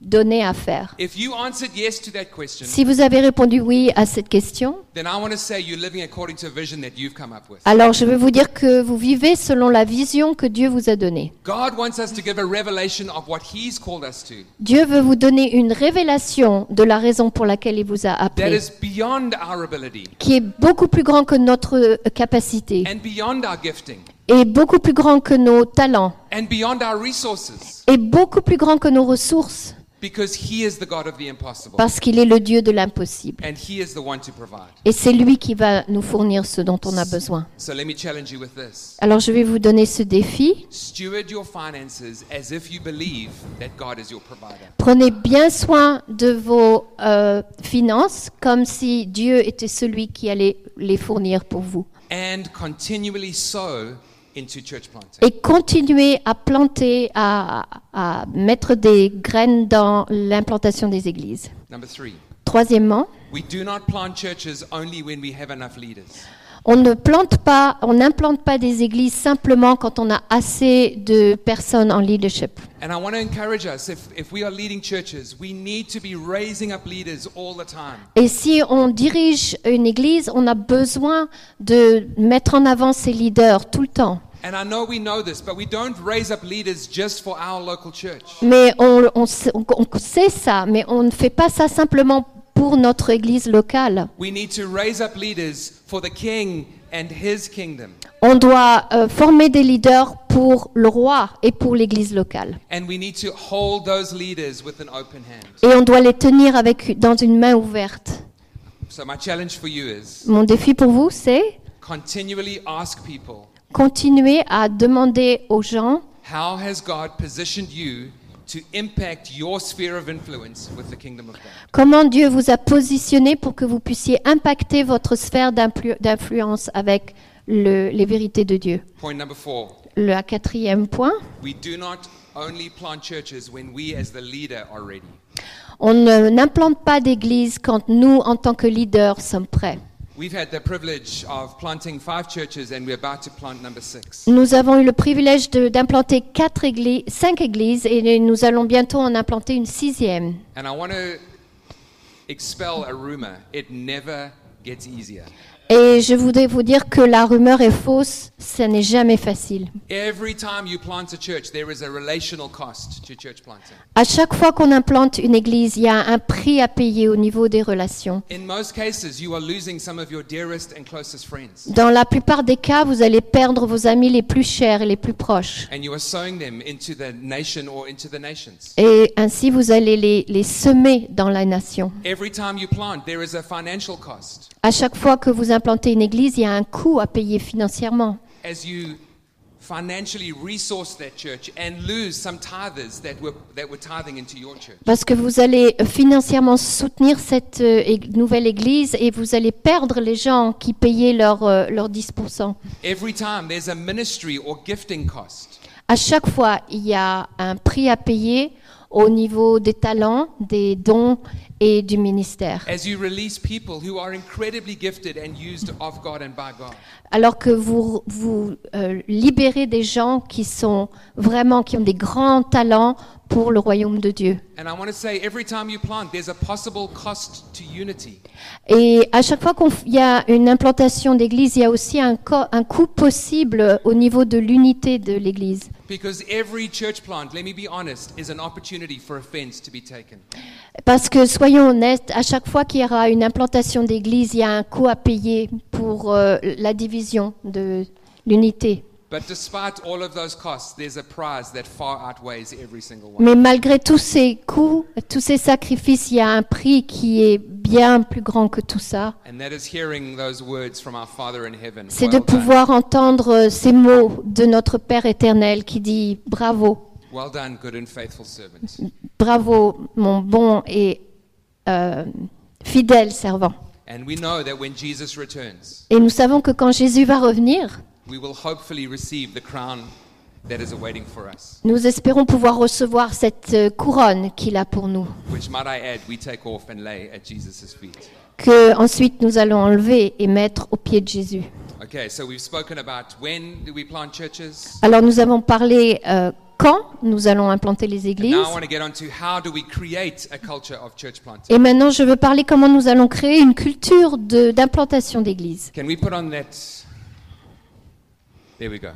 B: donné à faire
C: If you answered yes to that question,
B: Si vous avez répondu oui à cette question,
C: then I want to say you're living according to a vision that you've come up with.
B: alors je veux vous dire que vous vivez selon la vision que Dieu vous a donnée.
C: God wants us to give a revelation of what He's called us to
B: Dieu veut vous donner une révélation de la raison pour laquelle il vous a
C: that
B: appelé,
C: is beyond our ability
B: qui est beaucoup plus grand que notre euh, capacité
C: and beyond our gifting
B: et beaucoup plus grand que nos talents
C: and beyond our resources
B: et beaucoup plus grand que nos ressources
C: because He is the God of the impossible
B: parce qu'il est le Dieu de l'impossible.
C: and He is the one to provide.
B: Et c'est lui qui va nous fournir ce dont on a besoin.
C: So let me challenge you with this
B: Alors je vais vous donner ce défi.
C: steward your finances as if you believe that God is your provider.
B: Prenez bien soin de vos euh, finances comme si Dieu était celui qui allait les fournir pour vous.
C: and continually sow into church planting.
B: Et continuez à planter, à, à mettre des graines dans l'implantation des églises.
C: Number three,
B: Troisièmement,
C: we do not plant churches only when we have enough leaders.
B: on ne plante pas, on n'implante pas des églises simplement quand on a assez de personnes en leadership.
C: And I want to encourage us if, if we are leading churches, we need to be raising up leaders all the time.
B: Et si on dirige une église, on a besoin de mettre en avant ses leaders tout le temps.
C: And I know we know this, but we don't raise up leaders just for our local church.
B: Mais on, on sait- on- on sait ça, mais on ne fait pas ça simplement pour notre église locale.
C: We need to raise up leaders for the king and his kingdom.
B: On doit euh, former des leaders pour le roi et pour l'église locale.
C: And we need to hold those leaders with an open hand.
B: Et on doit les tenir avec, dans une main ouverte.
C: So, my challenge for you is
B: Mon défi pour vous, c'est
C: continually ask people
B: continuer à demander aux gens
C: How has God positioned you to impact your sphere of influence with the kingdom of God?
B: comment Dieu vous a positionné pour que vous puissiez impacter votre sphère d'influ- d'influence avec le- les vérités de Dieu.
C: Point number four
B: Le quatrième point,
C: we do not only plant churches when we, as the leader, are ready.
B: On ne- n'implante pas d'église quand nous, en tant que leaders, sommes prêts.
C: We've had the privilege of planting five churches and we're about to plant number six.
B: Nous avons eu le privilège de- d'implanter quatre églises, cinq églises et nous allons bientôt en implanter une sixième.
C: And I want to expel a rumor it never gets easier.
B: Et je voudrais vous dire que la rumeur est fausse, ça n'est jamais facile.
C: Every time you plant a church, there is a relational cost to church planting.
B: À chaque fois qu'on implante une église, il y a un prix à payer au niveau des relations.
C: In most cases, you are losing some of your dearest and closest friends,
B: Dans la plupart des cas, vous allez perdre vos amis les plus chers et les plus proches.
C: and you are sowing them into the nation or into the nations.
B: Et ainsi, vous allez les, les semer dans la nation.
C: Every time you plant, there is a financial cost.
B: À chaque fois que vous implantez une église, il y a un coût à payer financièrement.
C: As you financially resource that church and lose some tithers that were, that were tithing into your church.
B: Parce que vous allez financièrement soutenir cette euh, ég- nouvelle église et vous allez perdre les gens qui payaient leur, euh, leur 10%.
C: Every time there's a ministry or gifting cost.
B: À chaque fois, il y a un prix à payer au niveau des talents, des dons et du ministère.
C: As you release people who are incredibly gifted and used of God and by God.
B: Alors que vous, vous euh, libérez des gens qui sont vraiment, qui ont des grands talents pour le royaume de Dieu.
C: And I want to say every time you plant, there's a possible cost to unity.
B: Et à chaque fois qu'il y a une implantation d'église, il y a aussi un, co- un coût possible au niveau de l'unité de l'église.
C: Because every church plant, let me be honest, is an opportunity for offense to be taken.
B: Parce que soyons honnêtes, à chaque fois qu'il y aura une implantation d'église, il y a un coût à payer pour euh, la division de l'unité.
C: But despite all of those costs, there's a prize that far outweighs every single one.
B: Mais malgré tous ces coûts, tous ces sacrifices, il y a un prix qui est bien plus grand que tout ça.
C: And that is hearing those words from our Father in heaven.
B: C'est de
C: well, done.
B: pouvoir entendre euh, ces mots de notre Père éternel qui dit bravo,
C: well done, good and faithful servant.
B: bravo mon bon et euh, fidèle servant.
C: And we know that when Jesus returns,
B: Et nous savons que quand Jésus va revenir,
C: we will hopefully receive the crown that is awaiting for us,
B: nous espérons pouvoir recevoir cette euh, couronne qu'il a pour nous,
C: which, might I add, we take off and lay at Jesus' feet.
B: que ensuite nous allons enlever et mettre aux pieds de Jésus.
C: Okay, so we've spoken about when do we plant churches.
B: Alors nous avons parlé euh, quand nous allons implanter les
C: And
B: églises.
C: now I want to get on to how do we create a culture of church planting.
B: Et maintenant, je veux parler comment nous allons créer une culture de- d'implantation d'église.
C: Can we put on that? There we go.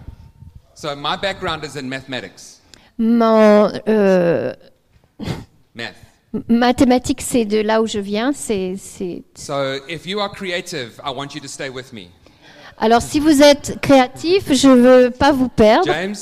C: So my background is in mathematics,
B: Mon, euh,
C: math.
B: ma thématique, c'est de là où je viens. c'est- c'est-
C: So if you are creative, I want you to stay with me.
B: Alors, si vous êtes créatif, je veux pas vous perdre.
C: James,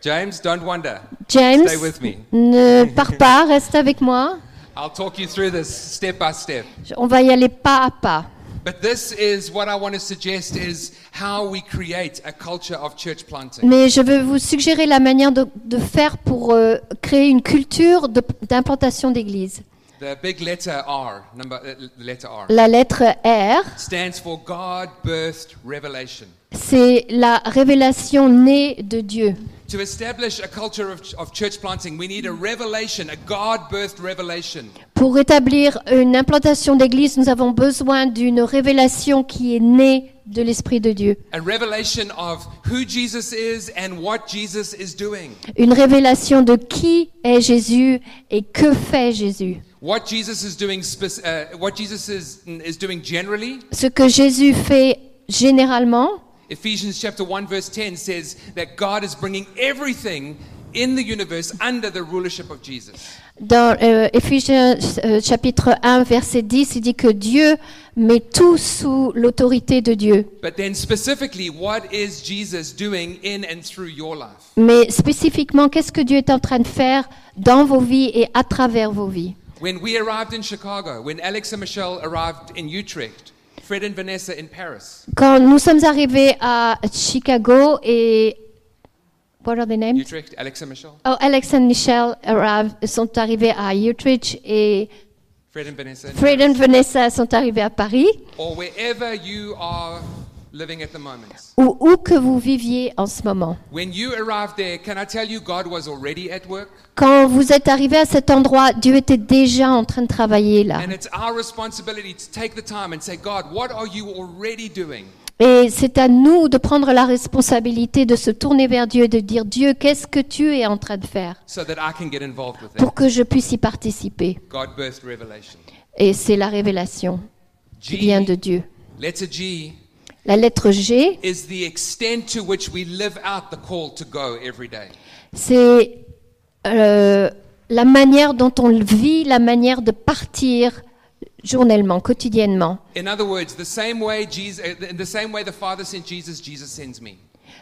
C: James, don't wonder.
B: James,
C: stay with me.
B: ne pars pas, reste avec moi.
C: I'll talk you through this step by step.
B: Je- On va y aller pas à pas.
C: But this is what I want to suggest is how we create a culture of church planting.
B: Mais je veux vous suggérer la manière de, de faire pour euh, créer une culture de- d'implantation d'église.
C: The big letter R, number uh, the letter R,
B: La lettre R,
C: stands for God birthed revelation.
B: c'est la révélation née de Dieu.
C: To establish a culture of, of church planting, we need a revelation, a God birthed revelation
B: Pour établir une implantation d'église, nous avons besoin d'une révélation qui est née de l'Esprit de Dieu.
C: a revelation of who Jesus is and what Jesus is doing,
B: Une révélation de qui est Jésus et que fait Jésus.
C: what Jesus is doing, spec- uh, what Jesus is, is doing generally.
B: Ce que Jésus fait généralement,
C: Ephesians chapter 1 verse 10 says that God is bringing everything in the universe under the rulership of Jesus.
B: dans euh, Éphésiens euh, chapitre 1 verset 10, il dit que Dieu met tout sous l'autorité de Dieu.
C: But then specifically, what is Jesus doing in and through your life?
B: Mais spécifiquement, qu'est-ce que Dieu est en train de faire dans vos vies et à travers vos vies
C: When we arrived in Chicago, when Alex and Michelle arrived in Utrecht, Fred and Vanessa in Paris,
B: Quand nous sommes arrivés à Chicago et what are their names?
C: Utrecht, Alex and Michelle,
B: Oh, Alex and Michelle arrive- sont arrivés à Utrecht et
C: Fred and Vanessa, in
B: Fred and
C: Paris,
B: Vanessa sont arrivés à Paris.
C: or wherever you are living at the moment.
B: ou où que vous viviez en ce moment.
C: When you arrived there, can I tell you God was already at work?
B: Quand vous êtes arrivé à cet endroit, Dieu était déjà en train de travailler là.
C: And it's our responsibility to take the time and say, God, what are you already doing?
B: Et c'est à nous de prendre la responsabilité de se tourner vers Dieu et de dire Dieu, qu'est-ce que tu es en train de faire
C: So that I can get involved with that.
B: pour que je puisse y participer
C: God birthed revelation.
B: Et c'est la révélation qui vient de
C: G,
B: Dieu.
C: letter G,
B: La lettre G,
C: is the extent to which we live out the call to go every day.
B: c'est euh, la manière dont on vit, la manière de partir journellement, quotidiennement.
C: In other words, the same way Jesus, uh, the same way the Father sent Jesus, Jesus sends me.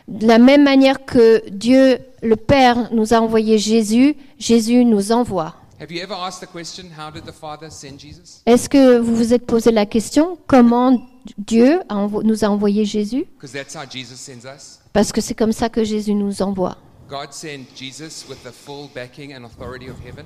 B: De la même manière que Dieu, le Père, nous a envoyé Jésus, Jésus nous envoie.
C: Have you ever asked the question, how did the Father send Jesus?
B: Est-ce que vous vous êtes posé la question comment Dieu a envo- nous a envoyé Jésus
C: Because that's how Jesus sends us.
B: Parce que c'est comme ça que Jésus nous envoie.
C: God sent Jesus with the full backing and authority of heaven.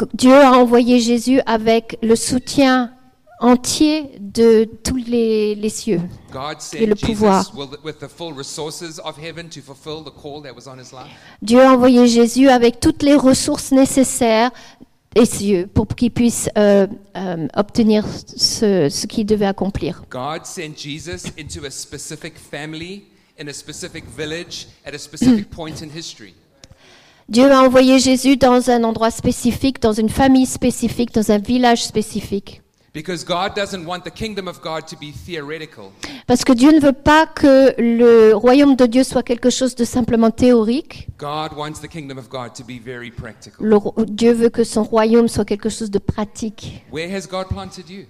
B: G- Dieu a envoyé Jésus avec le soutien entier de tous les, les cieux.
C: God
B: Et le
C: sent Jesus
B: pouvoir.
C: with with the full resources of heaven to fulfill the call that was on his life.
B: Dieu a envoyé Jésus avec toutes les ressources nécessaires des cieux pour qu'il puisse euh, euh, obtenir ce- ce qu'il devait accomplir.
C: God sent Jesus into a specific family, in a specific village, at a specific point in history.
B: Dieu a envoyé Jésus dans un endroit spécifique, dans une famille spécifique, dans un village spécifique.
C: Because God doesn't want the kingdom of God to be theoretical.
B: Parce que Dieu ne veut pas que le royaume de Dieu soit quelque chose de simplement théorique.
C: God wants the kingdom of God to be very practical.
B: Le ro- Dieu veut que son royaume soit quelque chose de pratique.
C: Where has God planted you?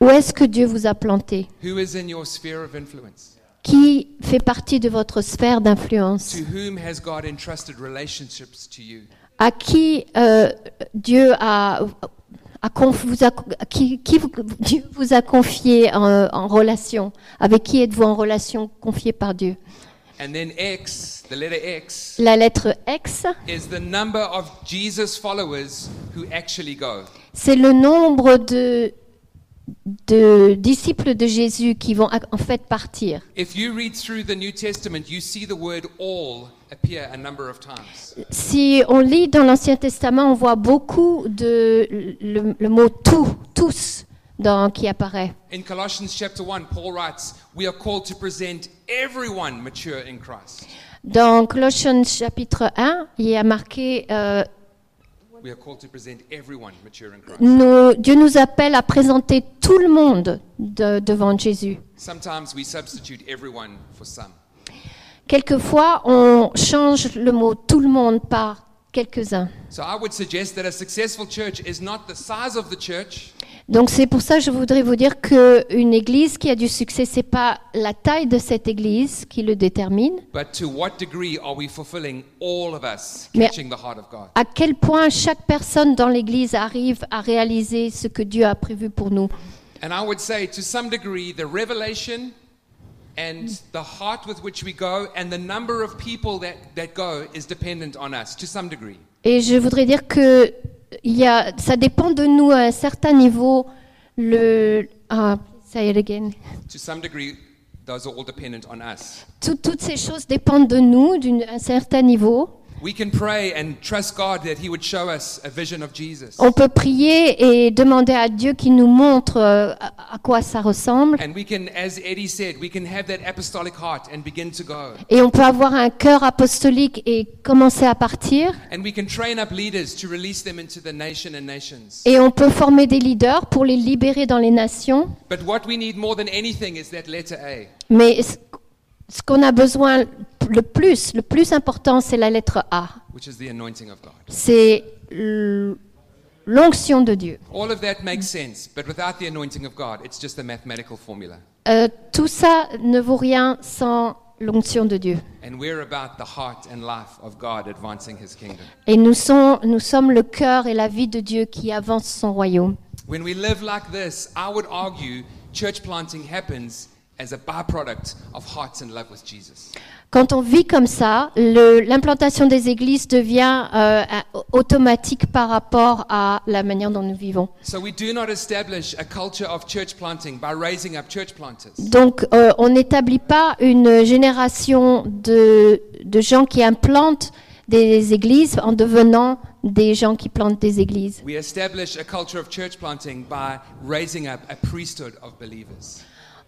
B: Où est-ce que Dieu vous a planté
C: Who is in your sphere of influence?
B: Qui fait partie de votre sphère d'influence
C: To whom has God entrusted relationships to you?
B: À qui euh, Dieu a, a conf- vous a- à qui, qui vous- Dieu vous a confié en- en relation Avec qui êtes-vous en relation confiée par Dieu
C: And then X, the letter X,
B: La lettre X,
C: is the number of Jesus followers who actually go.
B: c'est le nombre de, de disciples de Jésus qui vont en fait partir.
C: If you read through the New Testament, you see the word all appear a number of times.
B: Si on lit dans l'Ancien Testament, on voit beaucoup de le, le mot tout, tous, dans, qui apparaît.
C: In Colossians chapter 1, Paul writes, We are called to present everyone mature in Christ.
B: Dans Colossiens chapitre 1, il y a marqué euh,
C: We are called to present everyone mature in Christ.
B: nous- Dieu nous appelle à présenter tout le monde de- devant Jésus.
C: Sometimes we substitute everyone for some.
B: Quelquefois, on change le mot tout le monde par quelques-uns.
C: So I would suggest that a successful church is not the size of the church,
B: Donc c'est pour ça que je voudrais vous dire que une église qui a du succès, c'est pas la taille de cette église qui le détermine,
C: but to what degree are we fulfilling all of us
B: Mais-
C: catching the heart of God?
B: à quel point chaque personne dans l'église arrive à réaliser ce que Dieu a prévu pour nous.
C: And I would say to some degree the revelation and the heart with which we go and the number of people that, that go is dependent on us to some degree.
B: Et je voudrais dire que il y a, ça dépend de nous à un certain niveau. Le, ah, say it again.
C: To some degree, those are all dependent on us.
B: Tout- toutes ces choses dépendent de nous d'une- à un certain niveau.
C: We can pray and trust God that He would show us a vision of Jesus.
B: On peut prier et demander à Dieu qu'il nous montre euh, à à quoi ça ressemble.
C: And we can, as Eddie said, we can have that apostolic heart and begin to go.
B: Et on peut avoir un cœur apostolique et commencer à partir.
C: And we can train up leaders to release them into the nation and nations.
B: Et on peut former des leaders pour les libérer dans les nations.
C: But what we need more than anything is that letter A.
B: Mais ce ce qu'on a besoin le plus, le plus important, c'est la lettre A.
C: Which is the anointing of God.
B: C'est l- l'onction de Dieu.
C: All of that makes sense, but without the anointing of God, it's just a mathematical formula.
B: Euh, tout ça ne vaut rien sans l'onction de Dieu.
C: And we're about the heart and life of God advancing His kingdom.
B: Et nous, sont- nous sommes le cœur et la vie de Dieu qui avance son royaume.
C: When we live like this, I would argue church planting happens as a byproduct of hearts in love with Jesus.
B: Quand on vit comme ça, le- l'implantation des églises devient euh, un- automatique par rapport à la manière dont nous vivons.
C: So we do not establish a culture of church planting by raising up church planters.
B: Donc, euh, on n'établit pas une génération de, de gens qui implantent des églises en devenant des gens qui plantent des églises.
C: We establish a culture of church planting by raising up a priesthood of believers.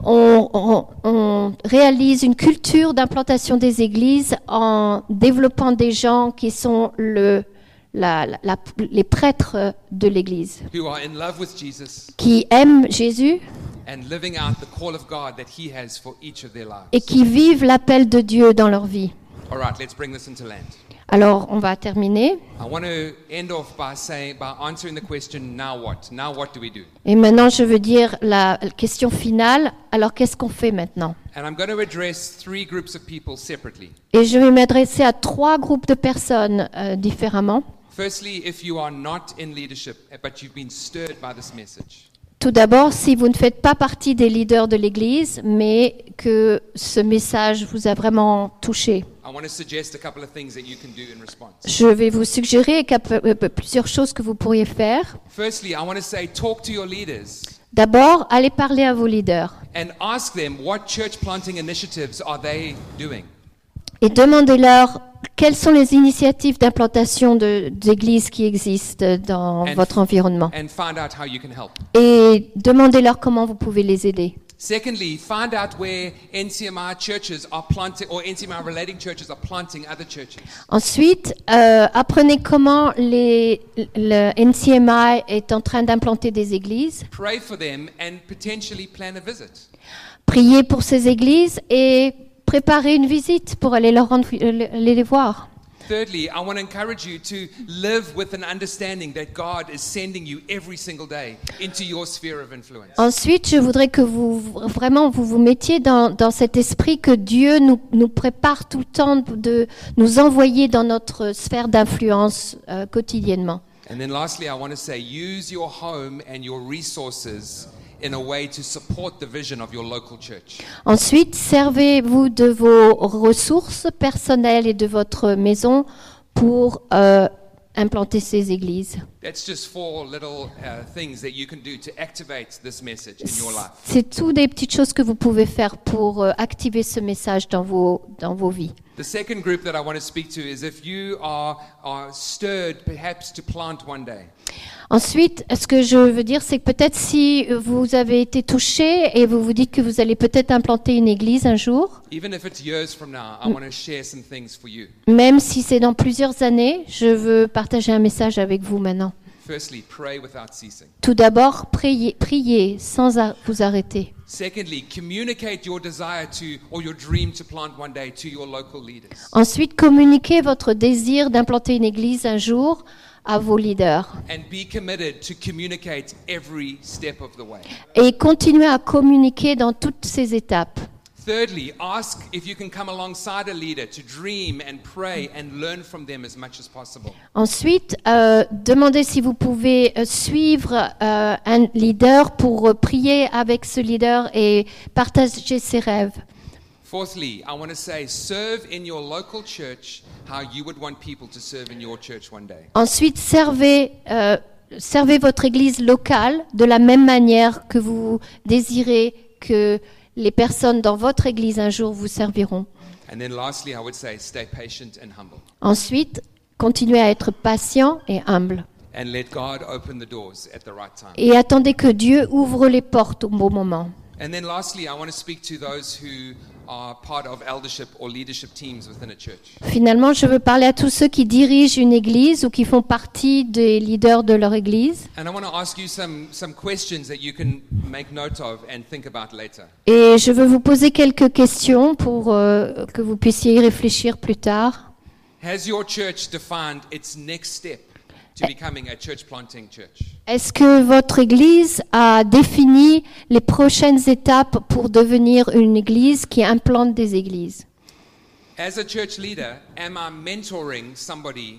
B: On, on- on réalise une culture d'implantation des églises en développant des gens qui sont le, la- la- la- les prêtres de l'église,
C: who are in love with Jesus
B: qui aiment Jésus
C: and living out the call of God that He has for each of their lives.
B: et qui vivent l'appel de Dieu dans leur vie.
C: All right, let's bring this into land.
B: Alors, on va terminer.
C: I want to end off by saying, by answering the question, now what? Now what do we do?
B: Et maintenant, je veux dire la question finale. Alors, qu'est-ce qu'on fait maintenant
C: And I'm going to address three groups of people separately.
B: Et je vais m'adresser à trois groupes de personnes euh, différemment.
C: Firstly, if you are not in leadership, but you've been stirred by this message,
B: Tout d'abord, si vous ne faites pas partie des leaders de l'Église, mais que ce message vous a vraiment touché,
C: I want to suggest a couple of things that you can do in response.
B: je vais vous suggérer cap- euh, plusieurs choses que vous pourriez faire.
C: Firstly, I want to say, talk to your leaders
B: D'abord, allez parler à vos leaders
C: and ask them what church planting initiatives are they doing?
B: et demandez-leur quelles sont les initiatives d'implantation de- d'églises qui existent dans
C: And-
B: votre environnement.
C: And find out how you can help.
B: et demandez-leur comment vous pouvez les aider.
C: Secondly, find out where NCMI churches are planting, or NCMI relating churches are planting other churches.
B: Ensuite, euh, apprenez comment les- le NCMI est en train d'implanter des églises.
C: Pray for them and potentially plan a visit.
B: Priez pour ces églises et préparez une visite pour aller, leur rendre- aller les voir.
C: Thirdly, I want to encourage you to live with an understanding that God is sending you every single day into your sphere of influence.
B: Ensuite, je voudrais que vous vraiment vous vous mettiez dans, dans cet esprit que Dieu nous, nous prépare tout le temps de nous envoyer dans notre sphère d'influence euh, quotidiennement.
C: And then lastly, I want to say use your home and your resources in a way to support the vision of your local church.
B: Ensuite, servez-vous de vos ressources personnelles et de votre maison pour euh, implanter ces églises.
C: That's just four little uh, things that you can do to activate this message in your life.
B: C'est tout des petites choses que vous pouvez faire pour euh, activer ce message dans vos, dans vos vies.
C: The second group that I want to speak to is if you are, are stirred perhaps to plant one day,
B: Ensuite, ce que je veux dire, c'est que peut-être si vous avez été touché et vous vous dites que vous allez peut-être implanter une église un jour,
C: even if it's years from now, I want to share some things for you.
B: même si c'est dans plusieurs années, je veux partager un message avec vous maintenant.
C: Firstly, pray without ceasing.
B: Tout d'abord, priez, priez sans ar- vous arrêter.
C: Secondly, communicate your desire to or your dream to plant one day to your local leaders.
B: Ensuite, communiquez votre désir d'implanter une église un jour à vos leaders
C: And be committed to communicate every step of the way.
B: et continuez à communiquer dans toutes ces étapes.
C: Thirdly, ask if you can come alongside a leader to dream and pray and learn from them as much as possible.
B: Ensuite, euh, demandez si vous pouvez euh, suivre euh, un leader pour euh, prier avec ce leader et partager ses rêves.
C: Fourthly, I want to say serve in your local church how you would want people to serve in your church one day.
B: Ensuite, servez, euh, servez votre église locale de la même manière que vous désirez que les personnes dans votre église un jour vous serviront.
C: And then lastly, I would say stay patient and humble
B: Ensuite, continuez à être patient et humble.
C: and let God open the doors at the right time.
B: Et attendez que Dieu ouvre les portes au bon moment.
C: And then lastly, I want to speak to those who are part of eldership or leadership teams within a church.
B: Finalement, je veux parler à tous ceux qui dirigent une église ou qui font partie des leaders de leur église.
C: And I want to ask you some, some questions that you can make note of and think about later.
B: Et je veux vous poser quelques questions pour euh, que vous puissiez y réfléchir plus tard.
C: Has your church defined its next step to becoming a church planting church?
B: Est-ce que votre église a défini les prochaines étapes pour devenir une église qui implante des églises
C: As a church leader, am I mentoring somebody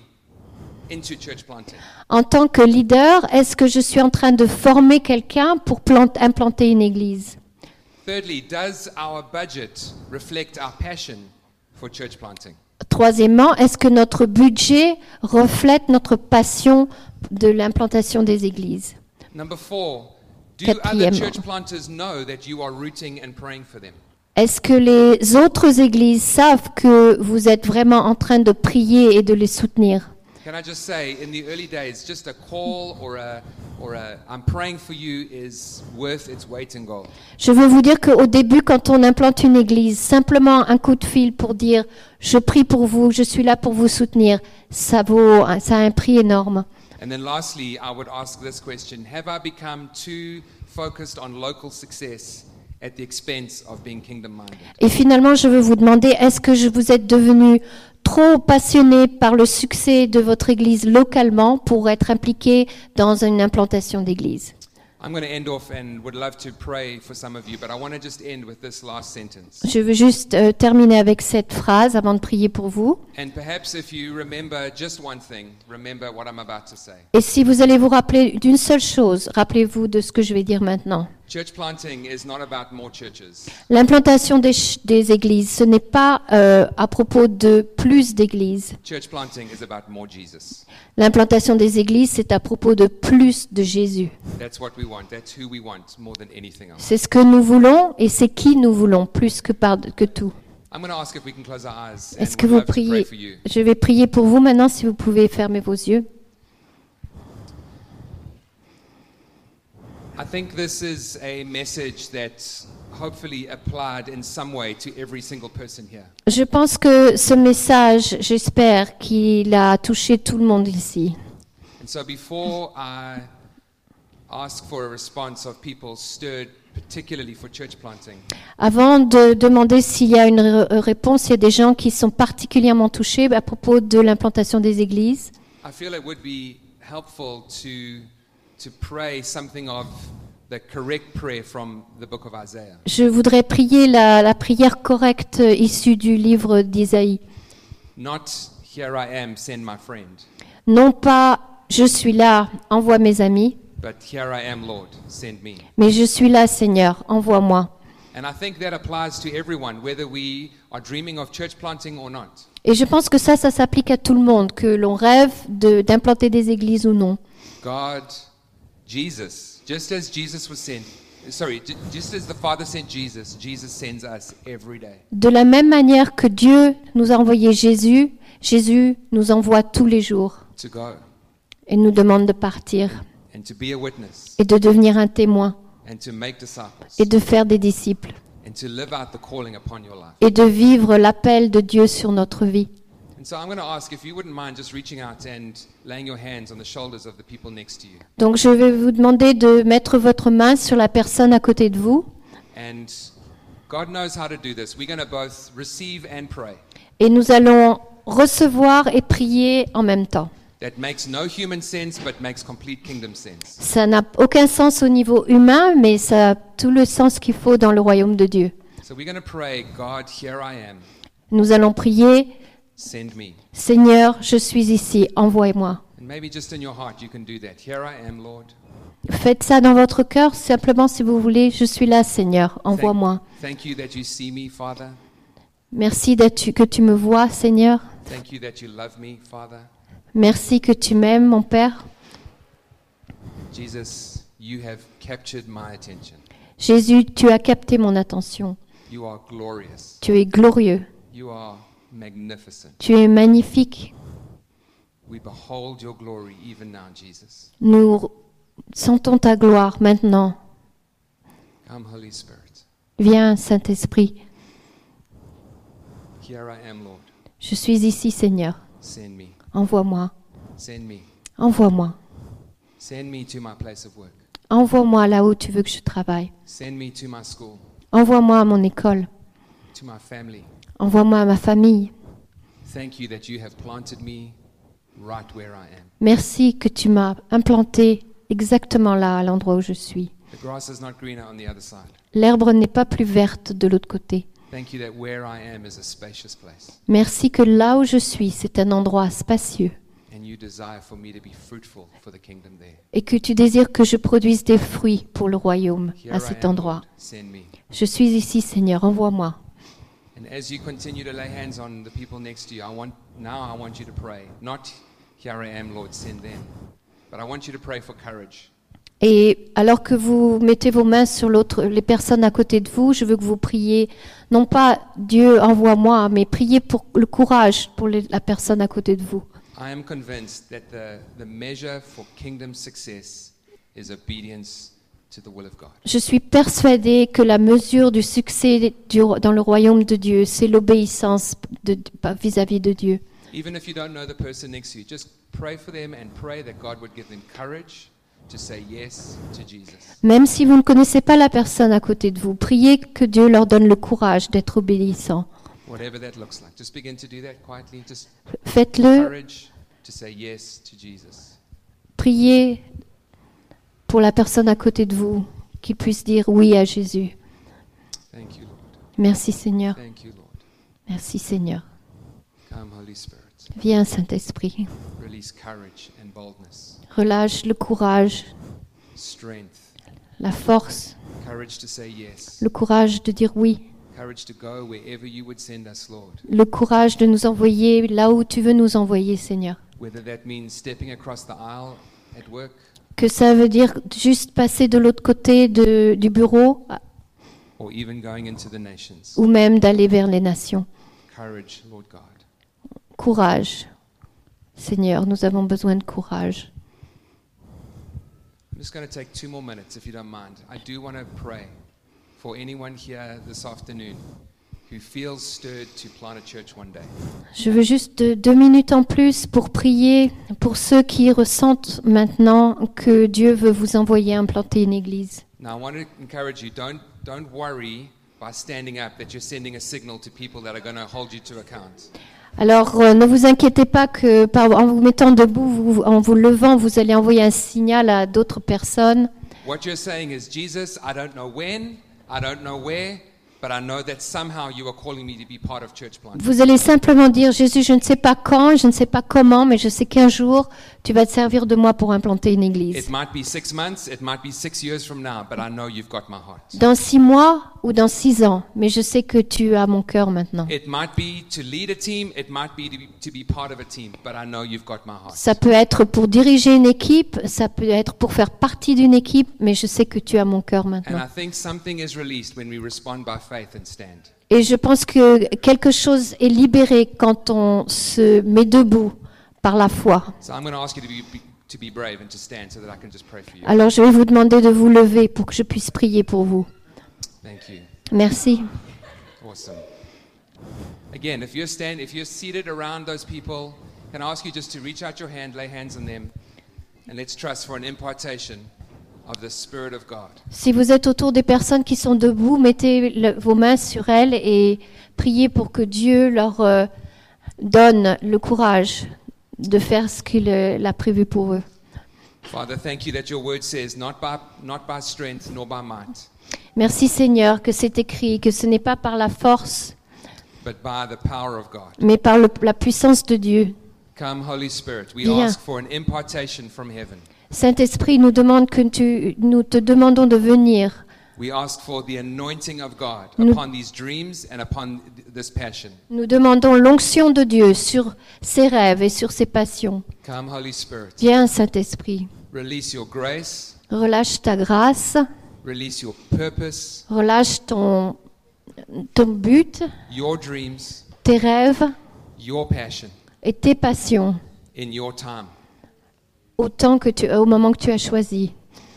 C: into church planting?
B: En tant que leader, est-ce que je suis en train de former quelqu'un pour plante- implanter une église
C: Thirdly, does our budget reflect our passion for church planting?
B: Troisièmement, est-ce que notre budget reflète notre passion de l'implantation des églises
C: Number four, do other
B: Quatrièmement.
C: church planters know that you are rooting and praying for them?
B: Est-ce que les autres églises savent que vous êtes vraiment en train de prier et de les soutenir
C: Can I just say, in the early days, just a call or a, or a I'm praying for you is worth its weight in gold.
B: Je veux vous dire qu'au début, quand on implante une église, simplement un coup de fil pour dire je prie pour vous, je suis là pour vous soutenir, ça vaut, un- ça a un prix énorme.
C: And then lastly, I would ask this question Have I become too focused on local success at the expense of being kingdom minded?
B: Et finalement, je veux vous demander est-ce que je vous êtes devenu trop passionné par le succès de votre église localement pour être impliqué dans une implantation d'église
C: I'm going to end off and would love to pray for some of you, but I want to just end with this last sentence.
B: Je veux juste euh, terminer avec cette phrase avant de prier pour vous.
C: And perhaps if you remember just one thing, remember what I'm about to say.
B: Et si vous allez vous rappeler d'une seule chose, rappelez-vous de ce que je vais dire maintenant.
C: Church planting is not about more churches,
B: L'implantation des, ch- des églises, ce n'est pas euh, à propos de plus d'églises.
C: church planting is about more Jesus.
B: L'implantation des églises, c'est à propos de plus de Jésus.
C: That's what we want. That's who we want more than anything else.
B: C'est ce que nous voulons et c'est qui nous voulons plus que, par, que tout.
C: I'm going to ask if we can close our eyes and
B: Est-ce que
C: would
B: vous
C: love to pray
B: priez
C: for you.
B: Je vais prier pour vous maintenant si vous pouvez fermer vos yeux.
C: I think this is a message that's hopefully applied in some way to every single person here.
B: Je pense que ce message, j'espère qu'il a touché tout le monde ici.
C: And so before I ask for a response of people stirred particularly for church planting,
B: Avant de demander s'il y a une r- réponse, il y a des gens qui sont particulièrement touchés à propos de l'implantation des églises.
C: I feel it would be helpful to to pray something of the correct prayer from the book of Isaiah.
B: Je voudrais prier la, la prière correcte issue du livre d'Isaïe.
C: Not here I am, send my friend,
B: Non pas je suis là, envoie mes amis,
C: but here I am, Lord, send me.
B: mais je suis là, Seigneur, envoie-moi.
C: And I think that applies to everyone, whether we are dreaming of church planting or not.
B: Et je pense que ça, ça s'applique à tout le monde, que l'on rêve de- d'implanter des églises ou non.
C: God, Jesus, just as Jesus was sent, sorry, ju- just as the Father sent Jesus, Jesus sends us every day.
B: De la même manière que Dieu nous a envoyé Jésus, Jésus nous envoie tous les jours
C: to go
B: et nous demande de partir
C: and to be a witness
B: et de devenir un témoin
C: and to make disciples
B: et de faire des disciples
C: and to live out the calling upon your life.
B: et de vivre l'appel de Dieu sur notre vie.
C: And so I'm going to ask if you wouldn't mind just reaching out and laying your hands on the shoulders of the people next to you
B: Donc je vais vous demander de mettre votre main sur la personne à côté de vous
C: and God knows how to do this. We're going to both receive and pray.
B: et nous allons recevoir et prier en même temps.
C: That makes no human sense but makes complete kingdom sense.
B: Ça n'a aucun sens au niveau humain, mais ça a tout le sens qu'il faut dans le royaume de Dieu.
C: So we're going to pray, God, here I am.
B: Nous allons prier,
C: Send me.
B: Seigneur, je suis ici, envoie-moi.
C: And maybe just in your heart you can do that. Here I am, Lord.
B: Faites ça dans votre cœur, simplement si vous voulez, je suis là, Seigneur,
C: Thank-
B: envoie-moi.
C: Thank you that you see me, Father.
B: Merci d'être- que tu me vois, Seigneur.
C: Thank you that you love me, Father.
B: Merci que tu m'aimes, mon Père.
C: Jesus, you have captured my attention.
B: Jésus, tu as capté mon attention.
C: You are glorious.
B: Tu es glorieux,
C: You are magnificent.
B: tu es magnifique.
C: We behold your glory even now, Jesus.
B: Nous sentons ta gloire maintenant.
C: Come, Holy Spirit.
B: Viens, Saint-Esprit.
C: Here I am, Lord.
B: Je suis ici, Seigneur.
C: Send me.
B: Envoie-moi.
C: Send me.
B: Envoie-moi.
C: Send me to my place of work.
B: Envoie-moi là où tu veux que je travaille.
C: Send me to my school,
B: Envoie-moi à mon école.
C: to my family.
B: Envoie-moi à ma famille.
C: Thank you that you have planted me right where I am.
B: Merci que tu m'as implanté exactement là, à l'endroit où je suis.
C: The grass is not greener on the other side.
B: L'herbe n'est pas plus verte de l'autre côté.
C: Thank you that where I am is a spacious place,
B: Merci que là où je suis, c'est un endroit spacieux
C: and you desire for me to be fruitful for the kingdom there.
B: et que tu désires que je produise des fruits pour le royaume
C: Here
B: à
C: I
B: cet
C: am,
B: endroit.
C: Lord. Send me.
B: Je suis ici, Seigneur, envoie-moi.
C: And as you continue to lay hands on the people next to you, I want now I want you to pray. Not here I am, Lord, send them. But I want you to pray for courage.
B: Et alors que vous mettez vos mains sur l'autre, les personnes à côté de vous, je veux que vous priez, non pas Dieu envoie-moi, mais priez pour le courage pour les- la personne à côté de vous.
C: I am convinced that the, the measure for kingdom success is obedience to the will of God.
B: Je suis persuadée que la mesure du succès du- dans le royaume de Dieu, c'est l'obéissance de- de- vis-à-vis de Dieu.
C: Even if you don't know the person next to you, just pray for them and pray that God would give them courage to say yes to Jesus.
B: Même si vous ne connaissez pas la personne à côté de vous, priez que Dieu leur donne le courage d'être obéissant.
C: Whatever that looks like. Just begin to do that quietly. Just
B: Faites-le,
C: courage to say yes to Jesus.
B: priez pour la personne à côté de vous, qu'il puisse dire oui à Jésus.
C: Thank you, Lord.
B: Merci Seigneur.
C: Thank you, Lord.
B: Merci Seigneur.
C: Come, Holy Spirit.
B: Viens Saint-Esprit.
C: Release courage and boldness,
B: Relâche le courage,
C: strength,
B: la force,
C: courage to say yes,
B: le courage de dire oui,
C: courage to go wherever you would send us, Lord.
B: le courage de nous envoyer là où tu veux nous envoyer Seigneur.
C: Whether that means stepping across the aisle at work,
B: Que ça veut dire juste passer de l'autre côté de- du bureau
C: or even going into the nations.
B: ou même d'aller vers les nations.
C: Courage, Lord God.
B: Courage. Seigneur, nous avons besoin de courage.
C: I'm just going to take two more minutes, if you don't mind. I do want to pray for anyone here this afternoon who feels stirred to plant a church one day.
B: Je veux juste de- deux minutes en plus pour prier pour ceux qui ressentent maintenant que Dieu veut vous envoyer implanter une église.
C: Now, I want to encourage you don't, don't worry by standing up that you're sending a signal to people that are going to hold you to account.
B: Alors euh, ne vous inquiétez pas que par- en vous mettant debout, vous- en vous levant, vous allez envoyer un signal à d'autres personnes.
C: What you're saying is, Jesus, I don't know when, I don't know where, but I know that somehow you are calling me to be part of church planting.
B: Vous allez simplement dire, Jésus, je ne sais pas quand, je ne sais pas comment, mais je sais qu'un jour, tu vas te servir de moi pour implanter une
C: It
B: église.
C: might be six months, it might be six years from now, but I know you've got my heart.
B: Dans six mois ou dans six ans, mais je sais que tu as mon cœur maintenant.
C: It might be to lead a team, it might be to, be to be part of a team, but I know you've got my heart.
B: Ça peut être pour diriger une équipe, ça peut être pour faire partie d'une équipe, mais je sais que tu as mon cœur
C: And
B: maintenant.
C: I think something is released when we respond by faith and stand.
B: Et je pense que quelque chose est libéré quand on se met debout par la foi.
C: So I'm going to ask you to be, be- to be brave and to stand so that I can just pray for you.
B: Alors je vais vous demander de vous lever pour que je puisse prier pour vous.
C: Thank you.
B: Merci.
C: Awesome. Again, if you're stand, if you're seated around those people, can I ask you just to reach out your hand, lay hands on them, and let's trust for an impartation of the Spirit of God.
B: Si vous êtes autour des personnes qui sont debout, mettez le- vos mains sur elles et priez pour que Dieu leur euh, donne le courage de faire ce qu'il euh, a prévu pour eux.
C: Father, thank you that your word says, not by not by strength nor by might,
B: Merci Seigneur que c'est écrit, que ce n'est pas par la force,
C: but by the power of God.
B: mais par le- la puissance de Dieu.
C: Come, Holy Spirit, we
B: Viens.
C: ask for an impartation from heaven.
B: Saint-Esprit nous demande que tu, nous te demandons de venir.
C: We ask for the anointing of God
B: Nous-
C: upon these dreams and upon th- this passion.
B: Nous demandons l'onction de Dieu sur ses rêves et sur ses passions.
C: Come, Holy Spirit,
B: Viens Saint-Esprit,
C: release your grace,
B: relâche ta grâce,
C: release your purpose,
B: relâche ton, ton but,
C: your dreams,
B: tes rêves
C: your passion
B: et tes passions
C: in your time.
B: au temps que tu, au moment que tu as choisi.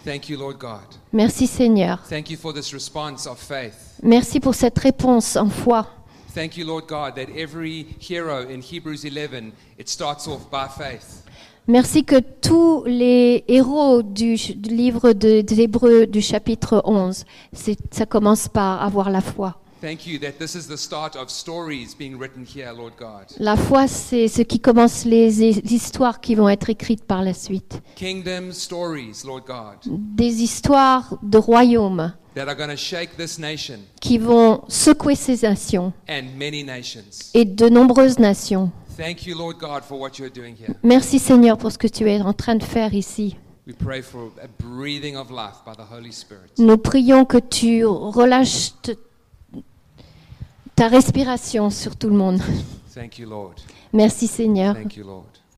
C: Thank you, Lord God.
B: Merci Seigneur.
C: Thank you for this response of faith.
B: Merci pour cette réponse en foi.
C: Thank you, Lord God, that every hero in Hebrews 11, it starts off by faith.
B: Merci que tous les héros du, ch- du livre de, des Hébreux du chapitre 11, c'est- ça commence par avoir la foi.
C: Thank you that this is the start of stories being written here, Lord God.
B: La foi, c'est ce qui commence les hi- histoires qui vont être écrites par la suite.
C: Kingdom stories, Lord God,
B: Des histoires de royaumes
C: that are going to shake this nation
B: qui vont secouer ces nations
C: and many nations.
B: et de nombreuses nations.
C: Thank you, Lord God, for what you're doing here.
B: Merci Seigneur pour ce que tu es en train de faire ici.
C: We pray for a breathing of life by the Holy Spirit.
B: Nous prions que tu relâches t- ta respiration sur tout le monde.
C: Thank you, Lord.
B: Merci Seigneur.
C: Thank you, Lord.